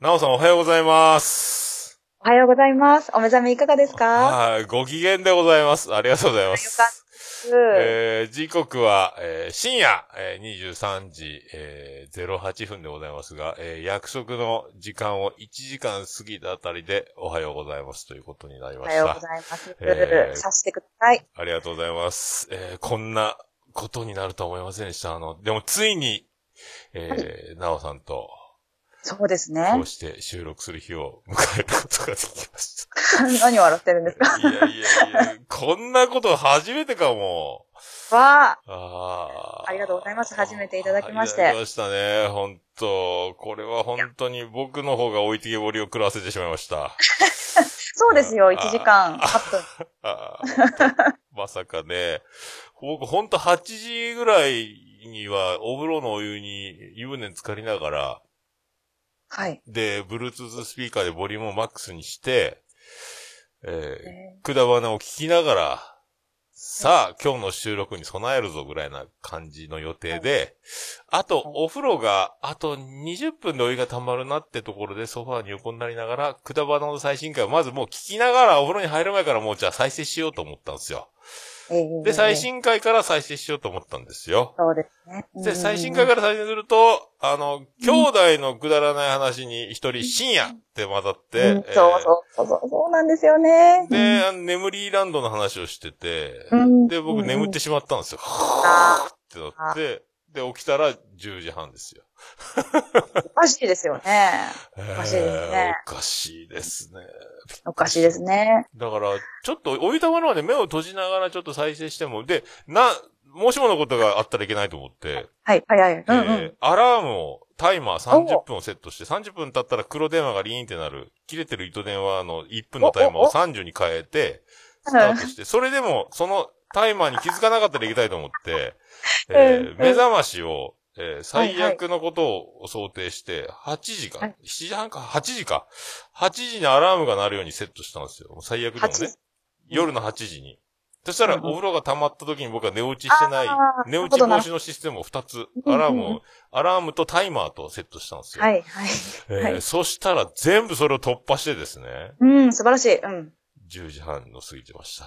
なおさんおはようございます。おはようございます。お目覚めいかがですかはい、ご機嫌でございます。ありがとうございまよすかっ。えー、時刻は、えー深夜、えー23時、えー08分でございますが、えー約束の時間を1時間過ぎたあたりでおはようございますということになりおまはしようごた。ざいます。えー察してください。ありがとうございます。えーこんなことになるとは思いませんでした。あの、でもついに、えー、なおさんと、そうですこねう。して収録する日を迎えることができました。何笑ってるんですかいやいやいや、こんなこと初めてかも。わああ。ありがとうございます初めていただきましていただきましたね。本当これは本当に僕の方が置いてけぼりを食らわせてしまいました。そうですよ。1時間8分。あ ーまさかね。僕本当8時ぐらいにはお風呂のお湯に湯船浸かりながら、はい。で、Bluetooth スピーカーでボリュームをマックスにして、えーえくだばなを聞きながら、さあ、今日の収録に備えるぞぐらいな感じの予定で、あと、お風呂が、あと20分でお湯が溜まるなってところでソファーに横になりながら、くだばなの最新回をまずもう聞きながらお風呂に入る前からもうじゃあ再生しようと思ったんですよ。ーえーで、最新回から再生しようと思ったんですよ。そうですね。うで、ん最新回から再生すると、あの、兄弟のくだらない話に一人深夜って混ざって、うんそうそうそうそう、そうなんですよね。で、あの眠りランドの話をしてて、うんで、僕眠ってしまったんですよ。はあーってなって、で、起きたら10時半ですよ。おかしいですよね。おかしいですねおかしいですね。おかしいですね。だから、ちょっとお湯たまるまで目を閉じながらちょっと再生しても、で、な、もしものことがあったらいけないと思って、はい、はい、はい。うんうえーん。アラームを、タイマー30分をセットして、30分経ったら黒電話がリーンってなる、切れてる糸電話の1分のタイマーを30に変えて、スタートして、それでも、そのタイマーに気づかなかったらいけたいと思 って、えーうん目覚ましを、えー最悪のことを想定して、8時か、は7い時半か、8時か、8時にアラームが鳴るようにセットしたんですよ。もう最悪でも8ね。夜の8時に。そしたら、うんお風呂が溜まった時に僕は寝落ちしてないあ、ー寝落なるほちどな防止のシステムを2つ、うんアラームを、アラームとタイマーとセットしたんですよ。はい、はい。えーはいそしたら全部それを突破してですね、うん、素晴らしい。うん。 10時半の過ぎてました。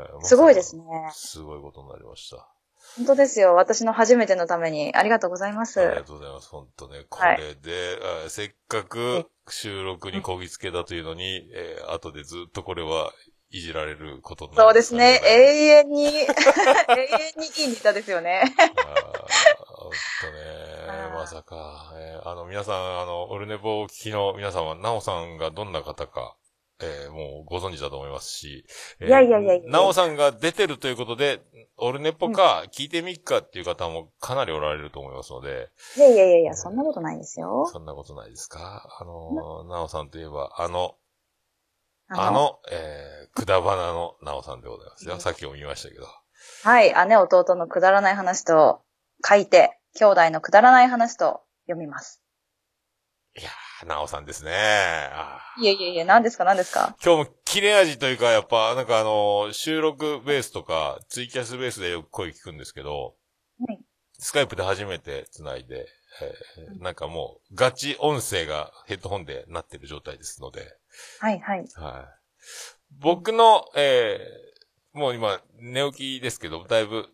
えーすごいです。ね。すごいことになりました。本当ですよ。私の初めてのために、ありがとうございます。ありがとうございます。本当ね、こはいれで、あせっかく収録にこぎつけたというのに、えー後でずっとこれはいじられることになりそうですね。え永遠に、 永遠にいいネタですよね。ほんとね あ、ーまさか、えーあの、皆さん、あの、オルネポをお聞きの皆さんは、ナオさんがどんな方か、えーもうご存知だと思いますし、えーいやいやいやいやナオさんが出てるということで、オルネポか、聞いてみっかっていう方もかなりおられると思いますので、いやいやいやいや、そんなことないですよ。そんなことないですかあのー、なおさんといえば、あの、あ、の、えー、くだばなのなおさんでございますよ。うんさっきも言いましたけど。はい、姉弟のくだらない話と書いて、兄弟のくだらない話と読みます。いやー、なおさんですね。あーいやいやいや、何ですか何ですか今日も切れ味というか、やっぱ、なんかあのー、収録ベースとか、ツイキャスベースでよく声聞くんですけど、はいスカイプで初めて繋いで、えーなんかもう、ガチ音声がヘッドホンでなってる状態ですので、はいはい。はい。僕の、えーもう今、寝起きですけど、だいぶ、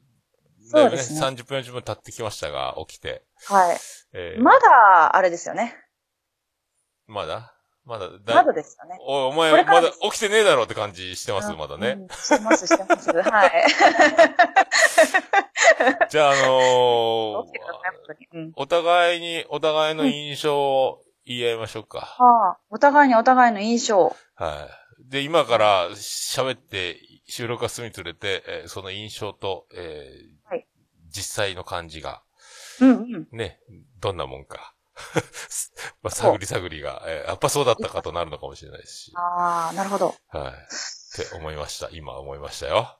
だいぶね、そうですね30分、40分経ってきましたが、起きて。はい。えーまだ、あれですよね。まだまだ、だまだですよね。おいおこ前、れかまらだで起きてねえだろって感じしてます、うんまだね。うんしてます、し てます。はい。じゃあ、あのー 起きてください、本当に。うん。お互いに、お互いの印象を言い合いましょうか。はあ、お互いにお互いの印象。はい。で、今から喋って、収録が進むにつれて、えーその印象と、えーはい実際の感じが、うんうん。ね、どんなもんか。 まあ、探り探りが、えーやっぱそうだったかとなるのかもしれないし。ああ、なるほど。はい。って思いました。今思いましたよ。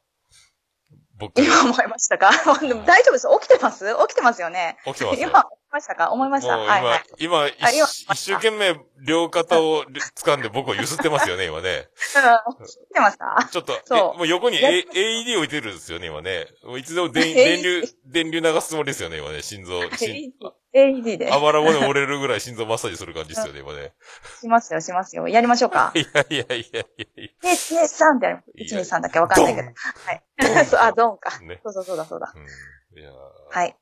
僕、起 今思いましたかでも大丈夫です。起きてます起きてますよね。きてますよ。今、ましたか思いましたもうはいはい。今、今あ今一、一生懸命両肩を掴んで僕を揺すってますよね、今ね。うん知ってましたちょっと、えそうもう横に、やっ A、AED 置いてるんですよね、今ね。もういつでも電 AED 電流、電流流すつもりですよね、今ね。心臓、心 ?AED で。あばら骨折れるぐらい心臓マッサージする感じですよね、今ね。 しますよ、しますよ。やりましょうか。いやいやいやいやい1、2、3ってやる。いや1、2、3だけわかんないけど。はい。 そうあ、ドンか。や。ね。そうそうそうだ、そうだ。うん。いや。はいい。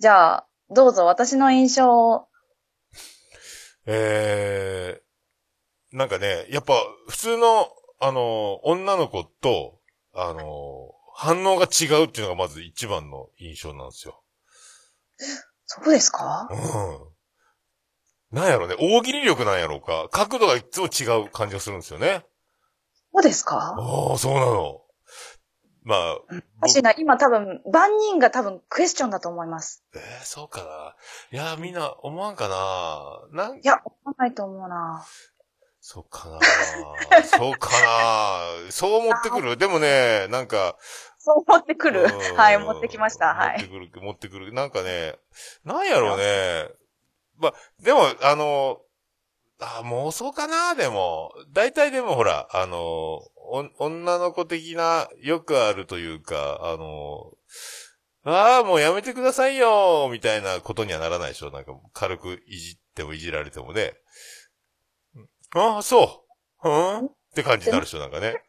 じゃあ、どうぞ私の印象を。えー、なんかね、やっぱ、普通の、あの、女の子と、あの、反応が違うっていうのがまず一番の印象なんですよ。そうですかうん。なんやろね、大喜利力なんやろうか。角度がいつも違う感じがするんですよね。そうですかああ、そうなの。まあ、おかしいな。今多分、万人が多分クエスチョンだと思います。えーそうかな。いやー、みんな思わんかな。なんい、や、思わないと思うな。そうか な。そうかな。そう思ってくる。でもね、なんか。そう思ってくる。うんはい、持ってきました。は持いっ。てくる、持ってくる。なんかね、なんやろうね。まあ、でも、あの、あー、妄想かな、でも。大体でもほら、あの、お女の子的な、よくあるというか、あの、ああ、もうやめてくださいよ、みたいなことにはならないでしょ。なんか、軽くいじってもいじられてもね。ああ、そう。うんって感じになるでしょ、なんかね。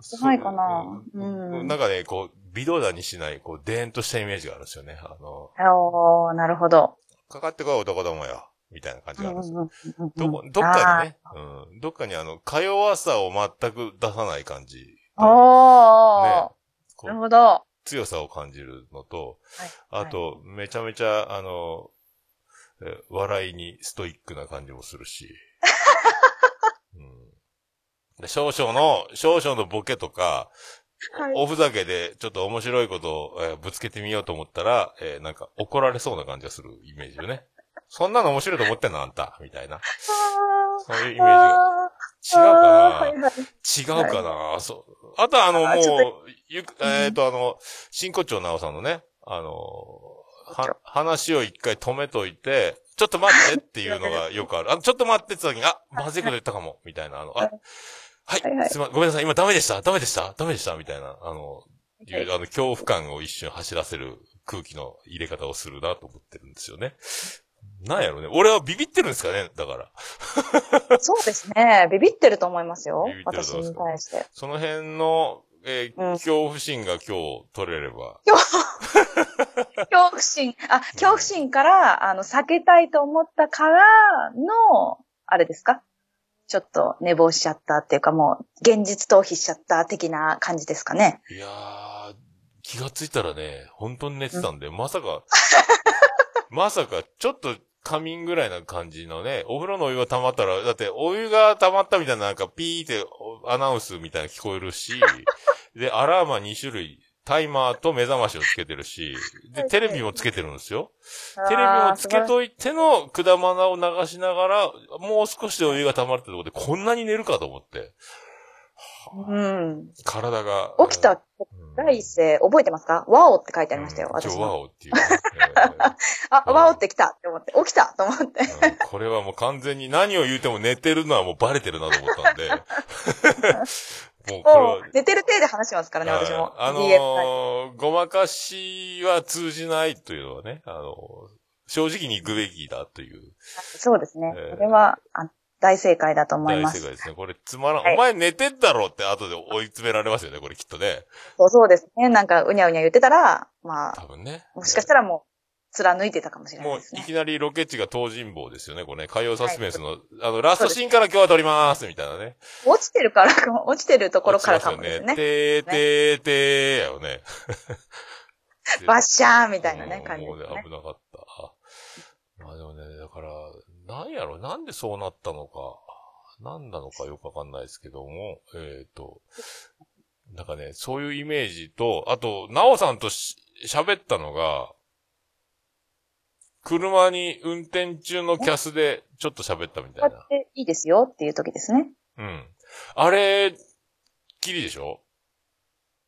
少ないかなそううんなんかね、こう、微動だにしない、こう、でーんとしたイメージがあるんですよね。あの、おー、なるほど。かかってこい男どもよ、みたいな感じがあるんですよ。どここ、どっかにね、うん、どっかにあの、か弱さを全く出さない感じ。あーおー、ね、こなるうほど。強さを感じるのと、はいあと、めちゃめちゃ、あの、え笑いにストイックな感じもする し。うん、で少々の、少々のボケとか、はいおふざけでちょっと面白いことを、えーぶつけてみようと思ったら、えーなんか怒られそうな感じがするイメージよね。そんなの面白いと思ってんのあんた、みたいな。そういうイメージが。違うあーかはいはいな違うかなそう。あとはあの、あーちょっともう、ゆくえっとあの、新古町直さんのね、あの、は、話を一回止めといて、ちょっと待ってっていうのがよくある。あ、ちょっと待ってって言った時に、あ、まずいこと言ったかも、みたいな、あの、あ、はい、はいはいすいません、ごめんなさい、今ダメでした、ダメでした、ダメでした、みたいな、あの、いはういあの、恐怖感を一瞬走らせる空気の入れ方をするなと思ってるんですよね。なんやろうね。俺はビビってるんですかねだから。そうですね。ビビってると思いますよビビっ。てると私思いますに対して。その辺の、えーうん恐怖心が今日取れれば。恐怖心、あ、恐怖心から、あの、避けたいと思ったからの、あれですかちょっと寝坊しちゃったっていうか、もう、現実逃避しちゃった的な感じですかね。いやー、気がついたらね、本当に寝てたんで、まさ か、まさか、ちょっと仮眠ぐらいな感じのね、お風呂のお湯が溜まったら、だってお湯が溜まったみたいななんかピーってアナウンスみたいな聞こえる し、で、アラームは2種類、タイマーと目覚ましをつけてるし、で、テレビもつけてるんですよ。テレビもつけあー。素晴らしいといてのくだまなを流しながら、もう少しでお湯が溜まるってところでこんなに寝るかと思って、うん。体が。起きたうん第一声、覚えてますかワオって書いてありましたよ、うん一私応もワオっていうね、えあ、ワオって来たって思って、起きたと思って。ーうん これはもう完全に何を言うても寝てるのはもうバレてるなと思ったん で。もうこれもはう、寝てる体で話しますからね、私も。ああの DS はいーごまかしは通じないというのはね、あのー正直に行くべきだという。そうですねえー。これは、あ大正解だと思い大ま正す解。ですね。これつまらん。はいお前寝てんだろって後で追い詰められますよね、これきっとね。そうそうですね。なんか、うにゃうにゃ言ってたら、まあ、多分ね。もしかしたらもう、貫いてたかもしれないもうですいね。きなりロケ地が東尋坊ですよね、これね。海洋サスペンスの、あの、ラストシーンから今日は撮りますみたいなね。落ちてるから、 落ちてるところからかも落でちすますよね。てーてーてーやよね。バッシャーみたいなね、うん感じでもうすね、ね。危なかった。まあでもね、だから、なんやろ、なんでそうなったのか、なんなのかよくわかんないですけども、えっ、と、なんかね、そういうイメージと、あと、なおさんとし喋ったのが、車に運転中のキャスでちょっと喋ったみたこいうやなっ。ていいですよっていう時ですね。うん。あれ、きりでしょ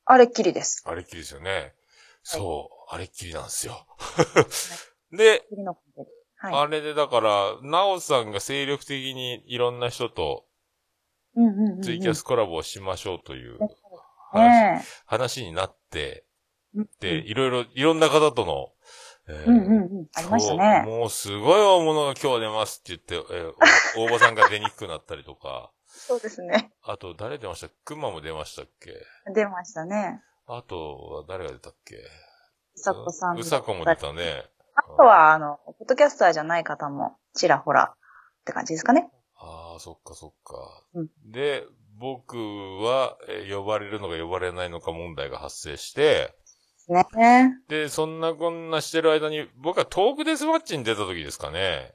あれっきりです。あれっきりですよね。そう、あれっきりなんですよ。 で、次の方で。はい。あれでだから、ナオさんが精力的にいろんな人とうんうんうんうん。ツイキャスコラボをしましょうという話,、ね話になって、え。で、いろいろ、いろんな方との、えーうんうんうん。ありましたそうね。もうすごい大物が今日出ますって言って、えーお 応募さんが出にくくなったりとか、そうですね。あと誰出ましたクマも出ましたっけ出ましたね。あとは誰が出たっけうさこさん。うさこも出。たね。あとは、あの、ポッドキャスターじゃない方も、ちらほら、って感じですかね。ああ、そっかそっか。うんで、僕は、えー呼ばれるのか呼ばれないのか問題が発生して、ね。で、そんなこんなしてる間に、僕はトークデスマッチに出た時ですかね。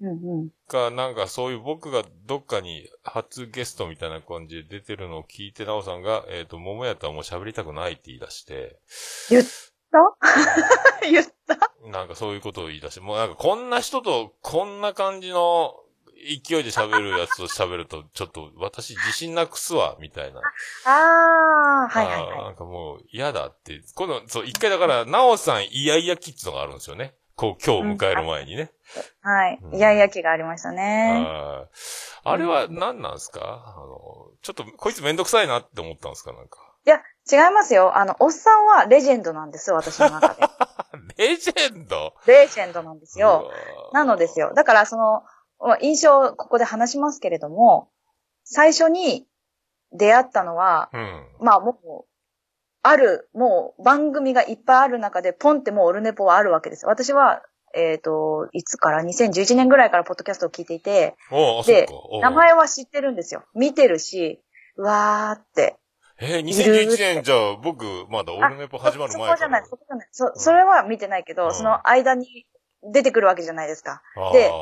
うんうん。か、なんかそういう僕がどっかに初ゲストみたいな感じで出てるのを聞いて、なおさんが、えっ、と、桃屋とはもう喋りたくないって言い出して、言ったなんかそういうことを言い出して、もうなんかこんな人とこんな感じの勢いで喋るやつと喋ると、ちょっと私自信なくすわ、みたいな。ああ、はいはいあーはなんかもう嫌だって。今度、そう、一回だから、なおさんイヤイヤキッズのがあるんですよね。こう、今日迎える前にね。い。うはんい。いやいや気がありましたね。あーあれは何なんですかあの、ちょっと、こいつめんどくさいなって思ったんですかなんか。 いや、違いますよ。あの、おっさんはレジェンドなんですよ、私 の中で。レジェンドレジェンドなんですよ。うわーなのですよ。だから、その、まあ印象をここで話しますけれども、最初に出会ったのは、うん。まあもう、ある、もう番組がいっぱいある中で、ポンってもうオルネポはあるわけですよ。私は、えっ、と、いつから、2011年ぐらいからポッドキャストを聞いていて、おうあ、そっでか。おう名前は知ってるんですよ。見てるし、うわーって。えー、2011年じゃあ、僕、まだオルネポ始まるそ前こかじゃら。ない、そこじゃない。そ、それは見てないけうど、んその間に出てくるわけじゃないですか。あーで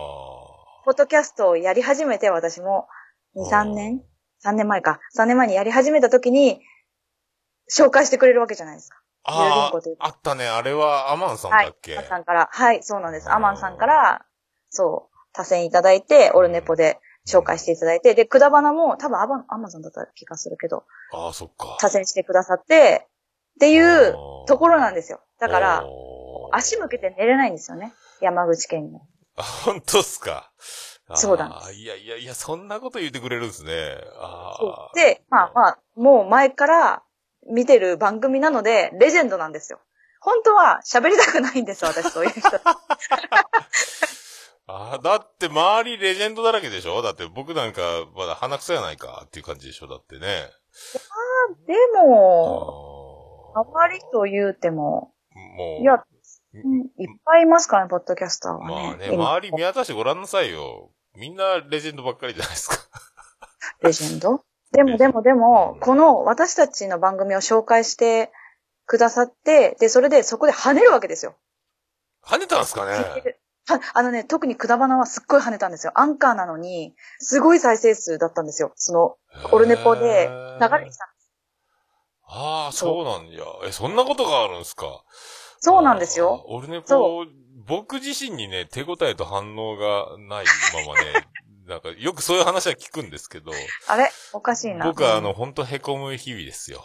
ポッドキャストをやり始めて、私も、2、3年3年前か。3年前にやり始めた時に、紹介してくれるわけじゃないですか。ゆうりあんーこであったね。あれはアマンさんだっけ、アマンさんから。はい、そうなんでうす。んアマンさんから、そう、多選いただいて、オルネポで紹介していただいて、で、くだばなも、多分アマンアマンさんだった気がするけど、ああ、そっか。多選してくださって、っていうところなんですよ。だから、おー足向けて寝れないんですよね。山口県に。あ、本当っすか。あーそうなんですいやいやいや、そんなこと言ってくれるんですね。あそあ。うで、まあまあ、もう前から見てる番組なので、レジェンドなんですよ。本当は喋りたくないんです、私そういう人。 あーだって周りレジェンドだらけでしょだって僕なんかまだ鼻くそやないかっていう感じでしょだってね。であも、あーまりと言うても、もう。いや、うんいっぱいいますからね、ポッドキャスターはね。まあね、今周り見渡してごらんなさいよ。みんなレジェンドばっかりじゃないですか。 レジェンドでレもジェでンドもでも、この私たちの番組を紹介してくださって、で、それでそこで跳ねるわけですよ。跳ねたんすかねはあのね、特にくだばなはすっごい跳ねたんですよ。アンカーなのに、すごい再生数だったんですよ。その、オルネポで流れてきたんです。ああ、そうなんや。え、そんなことがあるんすかそうなんですよ。あー。オルネそポ、僕自身にね、手応えと反応がないままね、 なんかよくそういう話は聞くんですけど、あれおかしいな。僕はあの、ほんと凹む日々ですよ。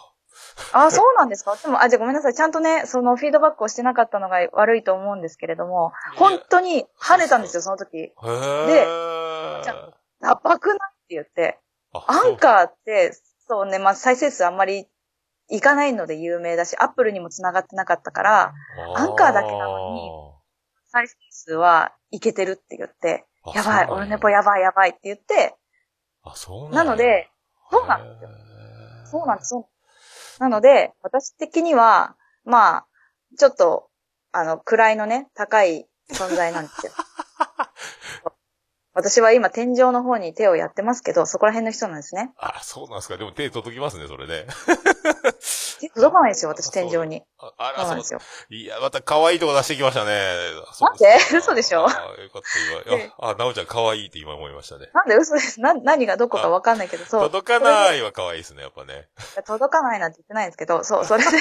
あ、そうなんですかでも、あ、じゃあごめんなさい。ちゃんとね、そのフィードバックをしてなかったのが悪いと思うんですけれども、本当に跳ねたんですよ、その時。へーでじゃあ、爆なって言って。あアそうンカーって、そうね、まあ再生数あんまりいかないので有名だし、アップルにも繋がってなかったから、アンカーだけなの再生数はいけてるって言って、あーやばい、あそうな俺んネポやばいやばいって言って、あ、そうなんやなの、で、そうなんですよ。そうなんです、そうなんです。なので、私的には、まあ、ちょっと、あの、位のね、高い存在なん ですよ。私は今天井の方に手をやってますけど、そこら辺の人なんですね。あ、そうなんですか。でも手届きますね、それね。手届かないですよ、私天井に。ああら、そうなんそうですよ。いや、また可愛いとこ出してきましたね。なんで嘘でしょあーよかった、今。いやねあ、なおちゃん可愛いって今思いましたね。なんで嘘です。な、何がどこかわかんないけど、そう。届かないは可愛いですね、やっぱ ね。届かないなんて言ってないんですけど、そう、それで、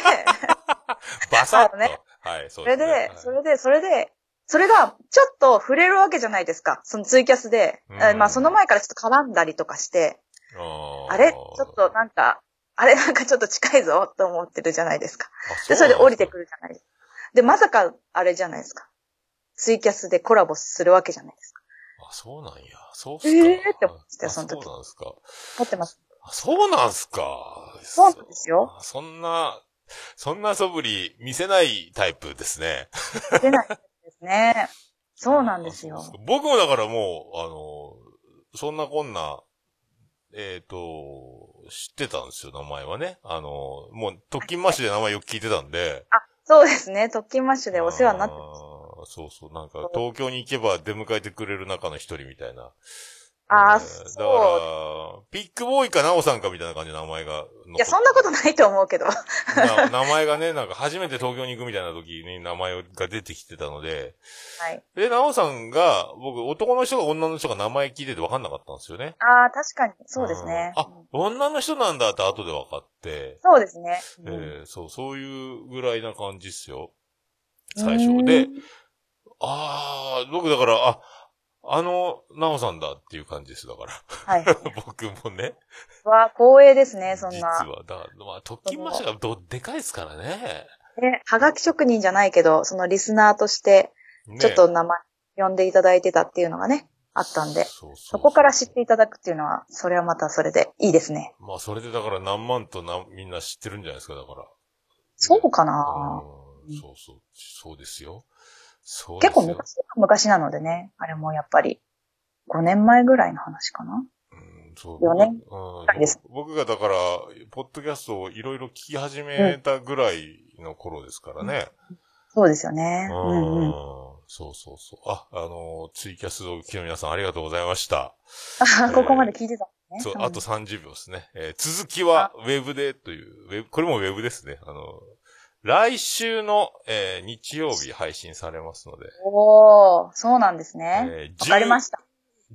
バサッと。あのねはい、 そそでうれすね。で、そはいれで、それで、それが、ちょっと触れるわけじゃないですか。そのツイキャスで。うんえまあ、その前からちょっと絡んだりとかして、あれちょっと、あなんか、あれなんかちょっと近いぞと思ってるじゃないですか。ー、で、それで降りてくる。るじゃないですか。で、まさか、あれじゃないですか。ツイキャスでコラボするわけじゃないですか。あ、そうなんや。そうっえーって思ってあその時そうなんすか。持ってます。あそうなんすか。そうなんですよ。そそんな、そんな素振り見せないタイプですね。出ないですね。そうなんですあよ。そうっか僕もだからもう、あの、そんなこんな、えっ、と、知ってたんですよ、名前はね。あの、もう、特勤マッシュで名前よく聞いてたんで。そうですね。特勤マッシュでお世話になってあます。ーそうそう、なんか、東京に行けば出迎えてくれる中の一人みたいな。あーえそだかうら、ピックボーイかなおさんかみたいな感じの名前が残っ。いや、そんなことないと思うけ ど。な名前がね、なんか初めて東京に行くみたいな時に名前が出てきてたので、はい。で、なおさんが、僕、男の人が女の人が名前聞いてて分かんなかったんですよね。ああ、確かに。そうですね。うんあうん、女の人なんだって後で分かって、そうですね。うんえーそう、そういうぐらいな感じっすよ。最初。で、、ああ、僕だから、あ、あの、なおさんだっていう感じです、だから。 はい。僕もね。わ、光栄です ね、そん実な。は。だから、まあ、特勤マッシュがど、でかいですからね。ね、はがき職人じゃないけど、そのリスナーとして、ねちょっと名前、呼んでいただいてたっていうのがね、あったんで、そうそうそうそこから知っていただくっていうのは、それはまたそれでいいですね。まあ、それでだから何万とな、みんな知ってるんじゃないですか、だから。そうかあなうんそうそう、そうですよ。そうです結よ構昔、昔なのでね、あれもやっぱり、5年前ぐらいの話かなうんそうよねうんはいです僕がだから、ポッドキャストをいろいろ聞き始めたぐらいの頃ですからね。そうですよね。ううんんうん。そうそうそう。あ、あの、ツイキャスを昨日皆さんありがとうございました。あここまで聞いてたのね。そう、んあと30秒ですね。えー続きはウェブでという、ウェブ、これもウェブですね。あの、来週の、えー日曜日配信されますので。おー、そうなんですね。えーわかりま10した。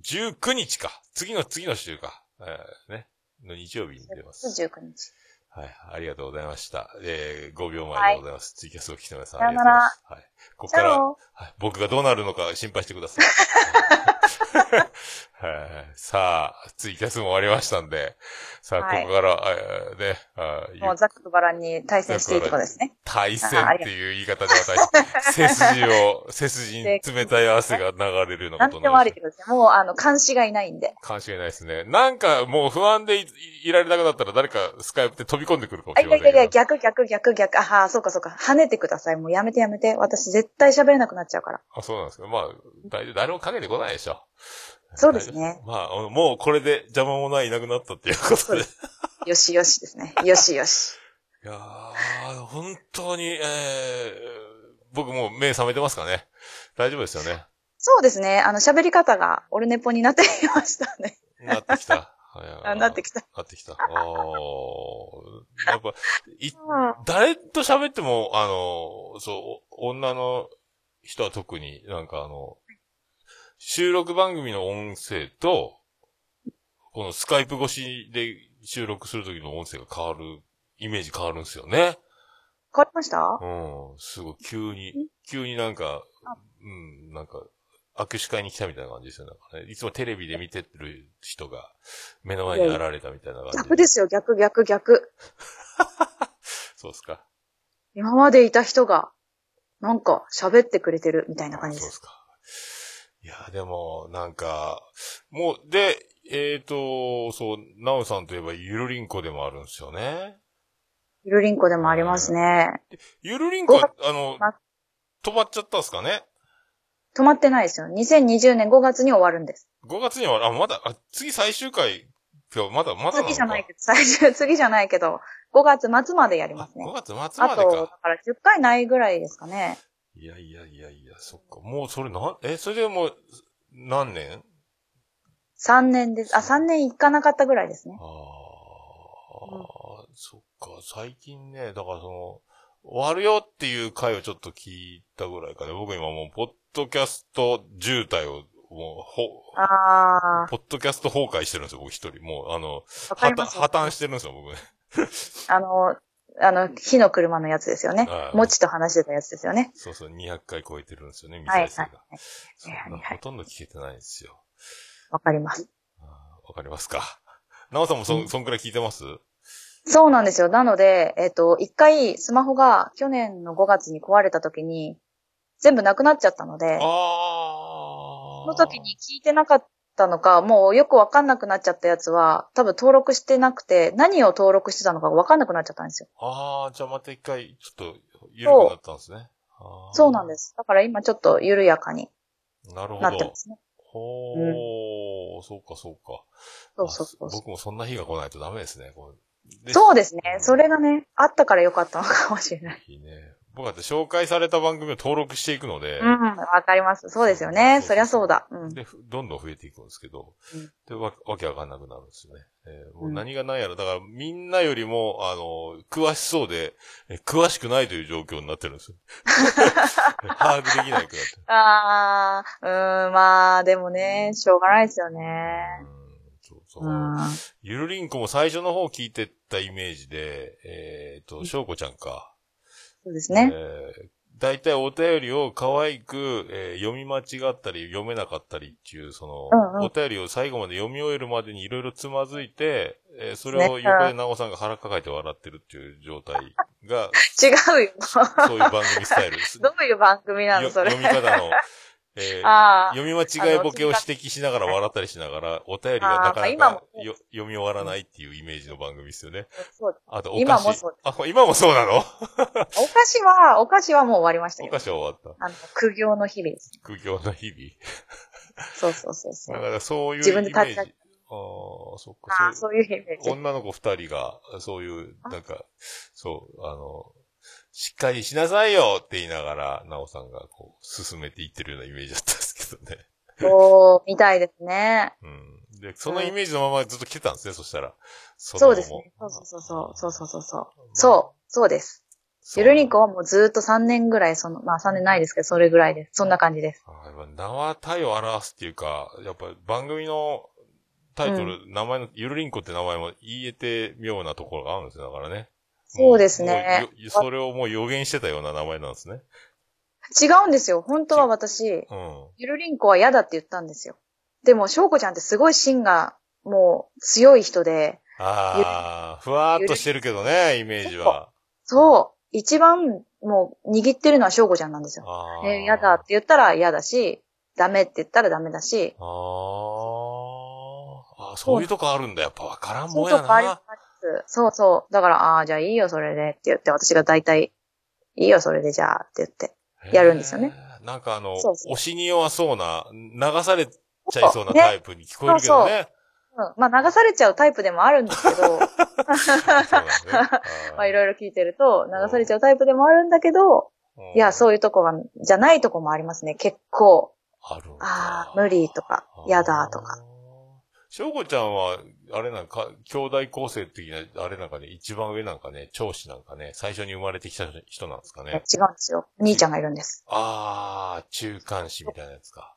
19日か。次の次の週か。えーね。の日曜日に出ます。 19日。はい。ありがとうございました。えー、5秒前でございます。ツイキャスを聞きの皆さん。ありがとうございます。はい。ここじゃから、あはのい、僕がどうなるのか心配してくださ い。はい、さあ、ツイキャスも終わりましたんで、さあ、はいここから、えーね、あーもうざっくばらんに対戦していいとこですね。対戦っていう言い方で私、背筋を、背筋に冷たい汗が流れるようななんことでになりもまあしたりってことですね。もう、あの、監視がいないんで。かもしれないですね。なんかもう不安でいいいられなくなったら誰かスカイプで飛び込んでくるかもあ、しいれやまいせやんいけや、ど。逆逆逆逆。あはー、そうかそうか。跳ねてください。もうやめてやめて。私絶対喋れなくなっちゃうから。あ、そうなんですけど、まあ、大丈夫誰もかけてこないでしょ。そうですね。まあ、もうこれで邪魔もないいなくなったっていうことで。いよしよしですね。よしよし。やー、本当に、えー、僕もう目覚めてますかね。大丈夫ですよね。そうですね。あの、喋り方がオルネポになってきましたね。なってき た。はいあなってきた。なってきた。あー。やっぱ、い誰と喋っても、あの、そう、お女の人は特になんかあの、収録番組の音声と、このスカイプ越しで収録するときの音声が変わる、イメージ変わるんですよね。変わりましたうん、すごい、急に、急になんか、うん、なんか、握手会に来たみたいな感じですよね。なんかねいつもテレビで見てる人が目の前に現れたみたいな感じ。逆ですよ。逆逆逆。そうですか。今までいた人が、なんか喋ってくれてるみたいな感じで。そうですすか。いや、でも、なんか、もう、で、えっ、と、そう、ナオさんといえばゆるりんこでもあるんですよね。ゆるりんこでもありますね。ゆるりんこご、あのあ、止まっちゃったんですかね止まってないですよ。2020年5月に終わるんです。 ?5 月には、あ、まだ、あ、次最終回、今日まだ、まだなのか次じゃないけど、最終、次じゃないけど、5月末までやりあますね。 5月末あまでと、だか。から10回ないぐらいですかね。いやいやいやいや、そっか。もうそれなん、え、それでもう、何年3年です。あ、3年行かなかったぐらいですねあ。あ、うんそっか、最近ね、だからその、終わるよっていう回をちょっと聞いたぐらいかね。僕今もう、ポッドキャスト渋滞を、もう、ほ、あポッドキャスト崩壊してるんですよ、僕一人。もう、あの、ー、わ破かり綻、ます。破綻してるんですよ、僕 ね。あの、あの、火の車のやつですよねは。いもちと話してたやつですよね。そうそう、200回超えてるんですよね、ミはサい、イ生はがい。。そんなほとんど聞けてないんですよ。わかります。あーわかりますか。 なおさんもそ、ん、そんくらい聞いてますそうなんですよ。なので、えっ、と、一回スマホが去年の5月に壊れた時に、全部なくなっちゃったので、ああ。その時に聞いてなかったのか、もうよくわかんなくなっちゃったやつは、多分登録してなくて、何を登録してたのかわかんなくなっちゃったんですよ。ああ、じゃあまた一回、ちょっと、緩くなったんですね。そうなんでです。だから今ちょっと緩やかにす。なるほなってどま。すね。ほー、そうかそうか。そうそうそうあそ僕もそんな日が来ないとダメですね。こうう。そうですねう。んそれがね、あったからよかったのかもしれない。いいね。僕だって紹介された番組を登録していくので、うん、わかります。そうですよね。そりゃそうだ。うん。で、ふどんどん増えていくんですけど、うんでわ、わけわかんなくなるんですよね。えーもううん何がないやら、だからみんなよりも、あの、詳しそうで、え詳しくないという状況になってるんです よ。把握できないくなってる。あー、うーん、まあ、でもね、しょうがないですよね。うんそうそうう。ん。あゆるりんこも最初の方聞いてったイメージで、えっ、と、しょうこちゃんか。そうですね。えー大体お便りを可愛く、えー読み間違ったり読めなかったりっていう、その、うんうんお便りを最後まで読み終えるまでにいろいろつまずいて、えーそれをね横でなおさんが腹抱えて笑ってるっていう状態 が、違うよ。そういう番組スタイルです。どういう番組なよのそれ。読み方の、えー あー読み間違いボケを指摘しながら笑ったりしながら、お便りがなかあーな今もかよ読み終わらないっていうイメージの番組ですよね。そうあと、お菓子。今もそうあ、今もそうなのお菓子は、お菓子はもう終わりましたおけど菓。子は終わった。あの、苦行の日々です。苦行の日々。そうそうそうそだう。からそういうイメージ。自分で立ち上げああ、そっあか。あ、そうそういうイメージ。女の子二人が、そういう、なんか、そう、あの、しっかりしなさいよって言いながら、なおさんがこう、進めていってるようなイメージだったんですけどね。そう、みたいですね。うん。で、そのイメージのままずっと来てたんですね、そしたら。そそうですね。そうそうそうそう。そうそうそうそう。そう、そうです。ゆるりんこは。はもうずーっと3年ぐらい、その、まあ3年ないですけど、それぐらいです。そんな感じです。あーやっぱ名は体を表すっていうか、やっぱり番組のタイトル、名前の、ゆるりんこって名前も言えて妙なところがあるんですよ、だからね。そうですねも。うよそれをもう予言してたような名前なんですね。違うんですよ。本当は私、うん。ゆるりんこは嫌だって言ったんですよ。でも、しょうこちゃんってすごい芯が、もう強い人で、ああ、ふわーっとしてるけどね、イメージは。そう、一番もう握ってるのはしょうこちゃんなんですよ。ああ。えー嫌だって言ったら嫌だし、ダメって言ったらダメだし、あーあー。そういうとこあるんだ。やっぱわからんもんやそうそうありまな。すそうそう。だから、ああ、じゃあいいよ、それでって言って、私が大体、いいよ、それでじゃあって言って。やるんですよねへー。なんかあの、そうそう押しに弱そうな、流されちゃいそうなタねイプに聞こえるけどね。うん、まあ、流されちゃうタイプでもあるんですけ ど、そうなんですね まあ、いろいろ聞いてると、流されちゃうタイプでもあるんだけど、いや、うそういうとこは、じゃないとこもありますね。結ん。構、あるんだああ、無理とか、嫌だとか。あー。翔子ちゃんは、あれなんか、兄弟構成的な、あれなんかね、一番上なんかね、長子なんかね、最初に生まれてきた人なんですかいや違ねうんで。すよ。兄ちゃんがいるんです。あー、中間子みたいなやつか。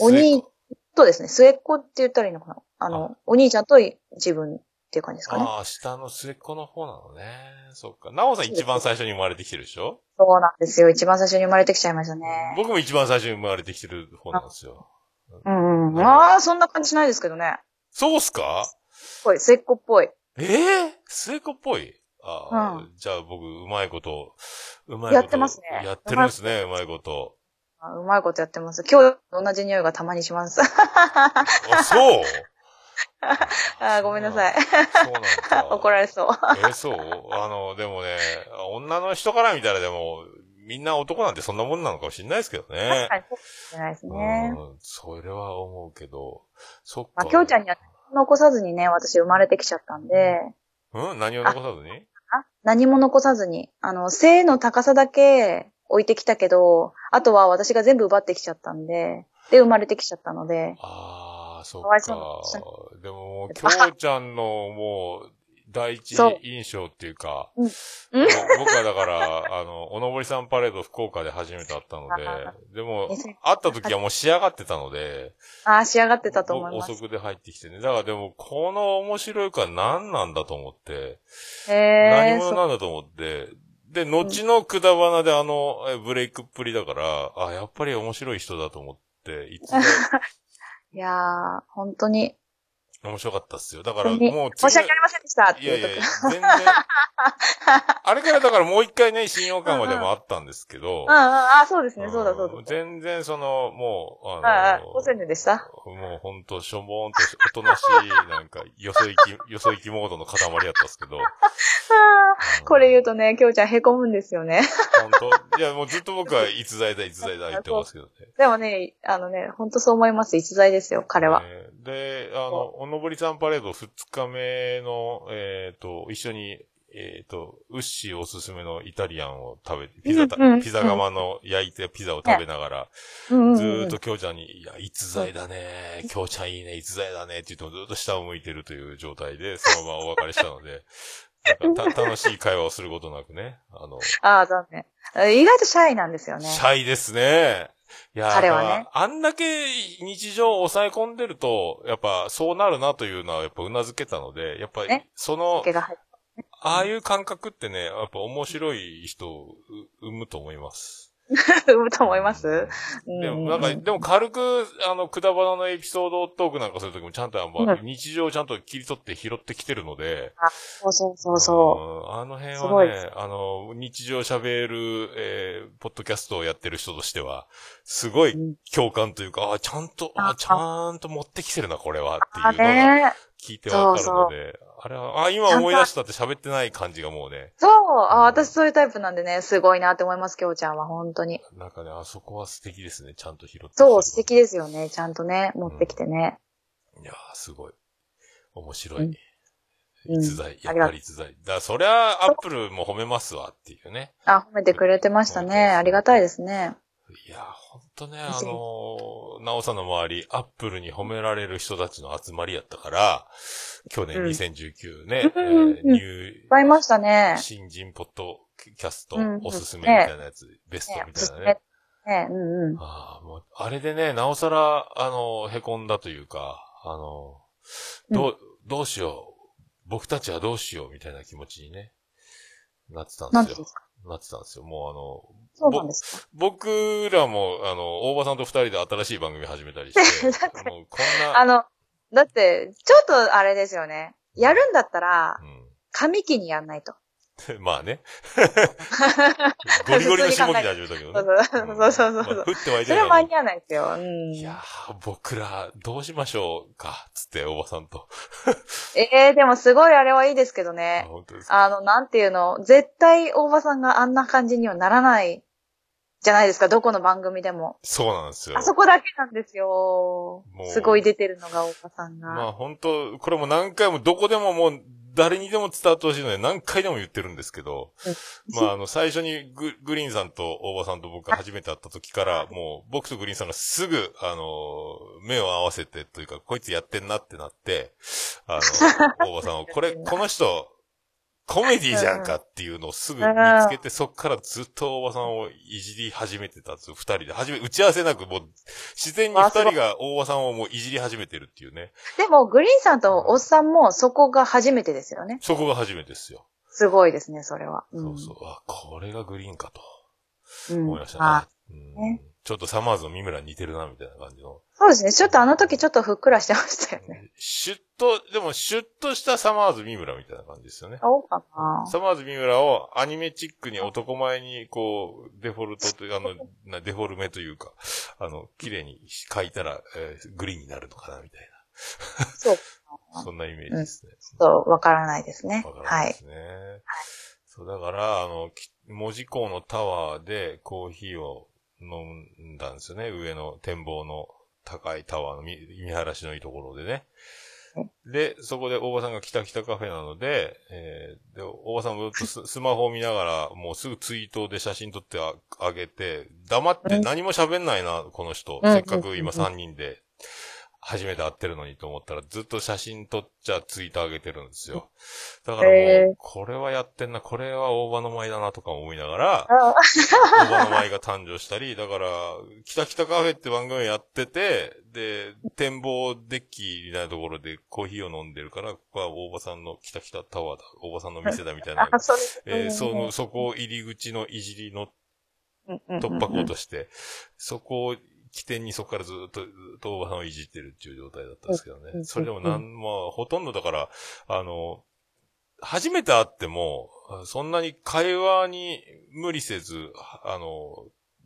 お兄末っ子とですね、末っ子って言ったらいいのかなあの、お兄ちゃんと自分っていう感じですかね。あー、下の末っ子の方なのね。そっか。なおさん一番最初に生まれてきてるでしょそうなんですよ。一番最初に生まれてきちゃいましたね。僕も一番最初に生まれてきてる方なんですよ。うんうん。ああ、そんな感じしないですけどね。そうっすかぽい、末っ子っぽい。ええ末っ子っぽいああ、うじゃあ僕、うまいこと、うまいこと。やってますねやってるんですね、うまいこと。あうまいことやってます。今日と同じ匂いがたまにします。あ、そう あーごめんなさい。そうなんだ。 怒られそう。えー、そうあの、でもね、女の人から見たらでも、みんな男なんてそんなもんなのかもしれないですけどね確。かにそうかもしれないですね。うん、それは思うけど、そっか。まあ、きょうちゃんには残さずにね、私生まれてきちゃったんで、うん何を残さずにあ何も残さずに、あの、性の高さだけ置いてきたけど、あとは私が全部奪ってきちゃったんで、で、生まれてきちゃったので、ああ、そっかわいか。そでも、きょうちゃんのもう、第一そう印象っていうか、うんもう僕はだから、あの、おのぼりさんパレード福岡で初めて会ったのあで、でも、 2000会った時はもう仕上がってたので、ああ、仕上がってたと思いま遅くで入ってきてね。だからでも、この面白いから何なんだと思って、す。へ何ー者そうなんだと思って、で、後のくだばなであの、えブレイクっぷりだから、あ、やっぱり面白い人だと思って、いつも、いやー、本当に、面白かったっすよ。だから本もう当に申し次訳ありませんでしたっていやいういとやこいや、全然。 あれからだからもう一回ね、信用感はでもあったんですけど。うんうん、あ、そうですね、そうだんそうだ。はい全然その、もう、はあいの、、ごせんでしたもうほんとしょぼーんとし、おとなしい、なんか、よそ行 き、よそ行きモードの塊やったんですけど。あーこれ言ううとね、きょうちゃん凹むんですよね。ん。ほんと。いや、もうずっと僕は逸材だ、逸材だ言ってますけどね。でもね、あのね、ほんとそう思います。逸材ですよ、彼は。ねで、あの、おのぼりさんパレード2日目の、えっ、と、一緒に、えっ、と、ウッシーおすすめのイタリアンを食べて、ピザた、うんうんうんピザ窯の焼いてピザを食べながら、うんうんうん。ずーっと京ちゃんに、いや、逸材だね、京ちゃんいいね、逸材だね、って言ってもずっと下を向いてるという状態で、そのままお別れしたので、なんか た楽しい会話をすることなくね、あの、ああ、残念。え意外とシャイなんですよね。シャイですね。いや、彼はねだからあんだけ日常を抑え込んでると、やっぱそうなるなというのはやっぱ頷けたので、やっぱりねその毛、が入ってああいう感覚ってね、やっぱ面白い人を生むと思います。産むと思います。うんでも、なんか、でも軽く、あの、くだばなのエピソードトークなんかするときもちゃんとあんまう日常をちゃんと切り取って拾ってきてるので、そうそうそうそうう。んあの辺すごはいでね、あの、日常喋る、えー、ポッドキャストをやってる人としては、すごいうん共感というか、あ、ちゃんと、ああ、ちゃんと持ってきてるな、これは、っていうあのがね聞いてわかるので、あれは、あ、今思い出したって喋ってない感じがもうね、そうあ私そういうタイプなんでね、すごいなって思います、きょうちゃんは、本当に。なんかね、あそこは素敵ですね、ちゃんと拾ってきてる。そう、素敵ですよね。ちゃんとね、持ってきてね。いやー、すごい。面白ういん。逸材、やあっりがぱり逸材。だからそりゃ、アップルも褒めますわ、っていうね。あ、褒めてくれてましたね。ありがたいですね。いやー、ほんとね、あのー、なおさんの周り、アップルに褒められる人たちの集まりやったから、去年うん2019ね、うんうんえーうんニいっぱいいュましたねー、。新人ポッドキャストうんうんおすすめみたいなやつ、ベストねみおたすいすなめね。ね、うんうん。あーもうあれでね、なおさら、あのー、凹んだというか、あのー、どう、どうしよう、僕たちはどうしようみたいな気持ちにね、なってたなんんでですよ。すかなってたんですよ。もうあの、そうなんですか僕らも、あの、大場さんと二人で新しい番組始めたりして、もうこんな、あの、だって、ちょっとあれですよね。やるんだったら、紙機にやんないと。うん、まあね。ゴリゴリの下着で始めたけどね そう。そうそうそうそうまそあう。降ってはいそてれなはい間のにに合わないですよ。うん。いやー、僕ら、どうしましょうか、つって、大場さんと。ええでもすごいあれはいいですけどあね。本当ですか。あの、なんていうの、絶対大場さんがあんな感じにはならない、じゃないですか、どこの番組でも。そうなんですよあ。そこだけなんですよもう。すごい出てるのが大場さんが。まあ本当、これも何回も、どこでももう、誰にでも伝わってほしいので、何回でも言ってるんですけど、まあ、あの、最初にググリーンさんと大場さんと僕が初めて会った時から、もう僕とグリーンさんがすぐ、あの、目を合わせてというか、こいつやってんなってなって、あ の、大場さんを、これ、この人、コメディじゃんかっていうのをすぐ見つけて、そっからずっと大場さんをいじり始めてたんですよ、二人で。はじめ、打ち合わせなく、もう、自然に二人が大場さんをもういじり始めてるっていうね。でも、グリーンさんとおっさんもそこが初めてですよね。そこが初めてですよ。すごいですね、それは。うんそうそう。あ、これがグリーンかと。うん思いましたね。あうんねちょっとサマーズの三村似てるな、みたいな感じの。そうですね。ちょっとあの時ちょっとふっくらしてましたよね。シュッと、でもシュッとしたサマーズ三村みたいな感じですよね。そうかな。サマーズ三村をアニメチックに男前に、こう、デフォルトという、あの、なデフォルメというか、あの、綺麗に描いたら、えーグリーンになるのかな、みたいそう、な。そんなイメージですね。ちょっとわからないですねわ。からはないでい。すね。そう、だから、あの、き門司港のタワーでコーヒーを飲んだんですよね。上の展望の高いタワーの見見晴らしのいいところでね。で、そこで大場さんが来た来たカフェなので、えーで、大場さんもずっとススマホを見ながら、もうすぐツイートで写真撮ってああげて、黙って何も喋んないな、この人。うんせっかく今うんうん3人で、初めて会ってるのにと思ったら、ずっと写真撮っちゃツイート上げてるんですよ。だからへもうー、これはやってんな、これは大場の舞だなとか思いながら、あ大場の舞が誕生したり、だから、キタキタカフェって番組やってて、で、展望デッキみたいなところでコーヒーを飲んでるから、ここは大場さんのキタキタタワーだ、大場さんの店だみたいな、あ、そうえーそのの、そこを入り口のいじりの突突破口として、そこを起点にそこからずっと、ずっとおばさんをいじってるっていう状態だったんですけどうね。んそれでもなん、まあ、ほとんどだから、あの、初めて会っても、そんなに会話に無理せず、あの、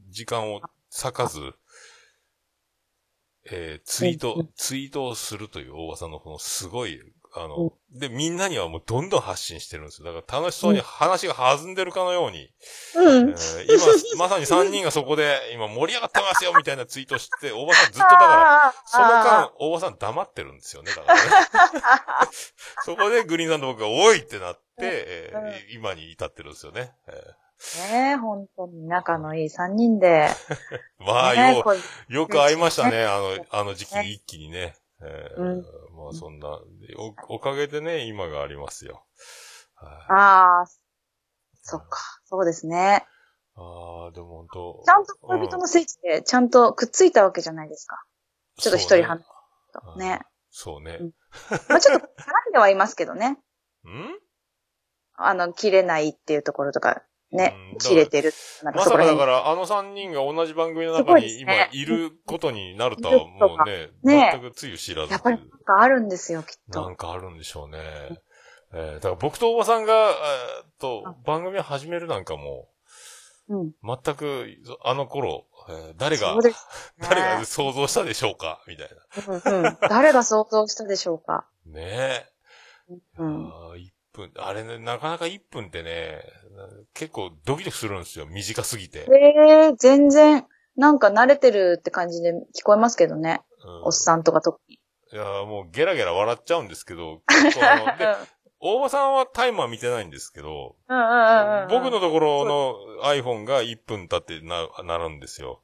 時間を割かず、えーツイーうんうトん、ツイートをするという大場さんのこのすごい、あうの、で、みんなにはもうどんどん発信してるんですよ。だから楽しそうに話が弾んでるかのように、うえん。ー今、まさに3人がそこで、今盛り上がってますよみたいなツイートをして、大場さんずっとだから、あーそのあ間、大場さん黙ってるんですよね、だからね。 そこでグリーンさんと僕が、おいってなって、えーうん今に至ってるんですよね。えーねえ、本当に仲のいい3人で。ーまあ、ねえよこうう、よく会いましたね、あの、あの時期に一気にね。えーうんまあ、そんなお、おかげでね、今がありますよ。はいああ、そっか、そうですね。ああ、でも本当。ちゃんと恋人の聖地で、ちゃんとくっついたわけじゃないですか。ちょっと一人離れたと。ね。そうね。うんまあちょっと絡んではいますけどね。 うんあの、切れないっていうところとか、ねうん、切れてる。なんかまそさこからだ辺。から、あの三人が同じ番組のすご中いですに今ねいることになるとは、うんもうね、ね全くつゆ知らずやっぱりなんかあるんですよ、きっなと。んかあるんでしょうね。えーだから僕とおばさんが、えーっと、番組を始めるなんかも、うん。全く、あの頃、えー誰がそう、ですね。誰が想像したでしょうかみたいうんうん誰が想像したでしょ うか。な。ねえ。うん。あー一分、あれね、なかなか1分ってね、結構ドキドキするんですよ。短すぎて。ええ全然、なんか慣れてるって感じで聞こえますけどね。うんおっさんとか特に。いやーもうゲラゲラ笑っちゃうんですけど、結構あ の、で、大場さんはタイマー見てないんですけど、うんうんうんうん僕のところの iPhone が1分経ってな、なるんですよ。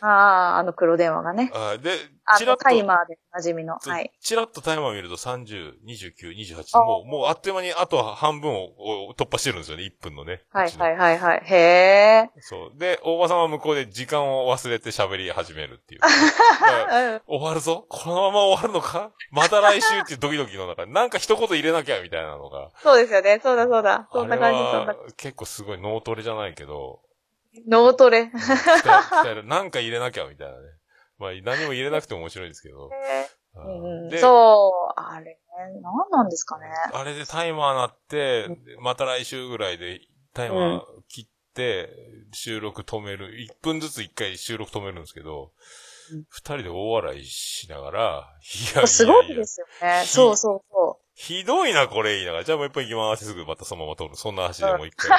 ああ、あの黒電話がね。あーであ、チラの、ッタイと、マーでおなじみの。はい。チラッとタイマー見ると30、29、28、あーもう、もうあっという間にあと半分をお突破してるんですよね、1分のね。はいうちのはいはいはい。へえ。そう。で、大場さんは向こうで時間を忘れて喋り始めるっていう。 だから終わるぞこのまま終わるのかまた来週っていうドキドキの中、なんか一言入れなきゃみたいなのが。そうですよね。そうだそうだ。そんな感じ、あれはそんな。結構すごい脳トレじゃないけど、脳トレ。へ鍛え鍛えるなんか入れなきゃみたいなね。まあ何も入れなくても面白いんですけど。えあうんーうんで、そう、あれね。何なんですかね。あれでタイマー鳴って、また来週ぐらいでタイマー切って、収録止める。1分ずつ1回収録止めるんですけどうん、二人で大笑いしながら、いやいやいやすごいですよね。ひそうそうそひどいな、これ、言いながら。じゃあもう一本行きます。すぐまたそのまま撮る。そんな話でもう一回。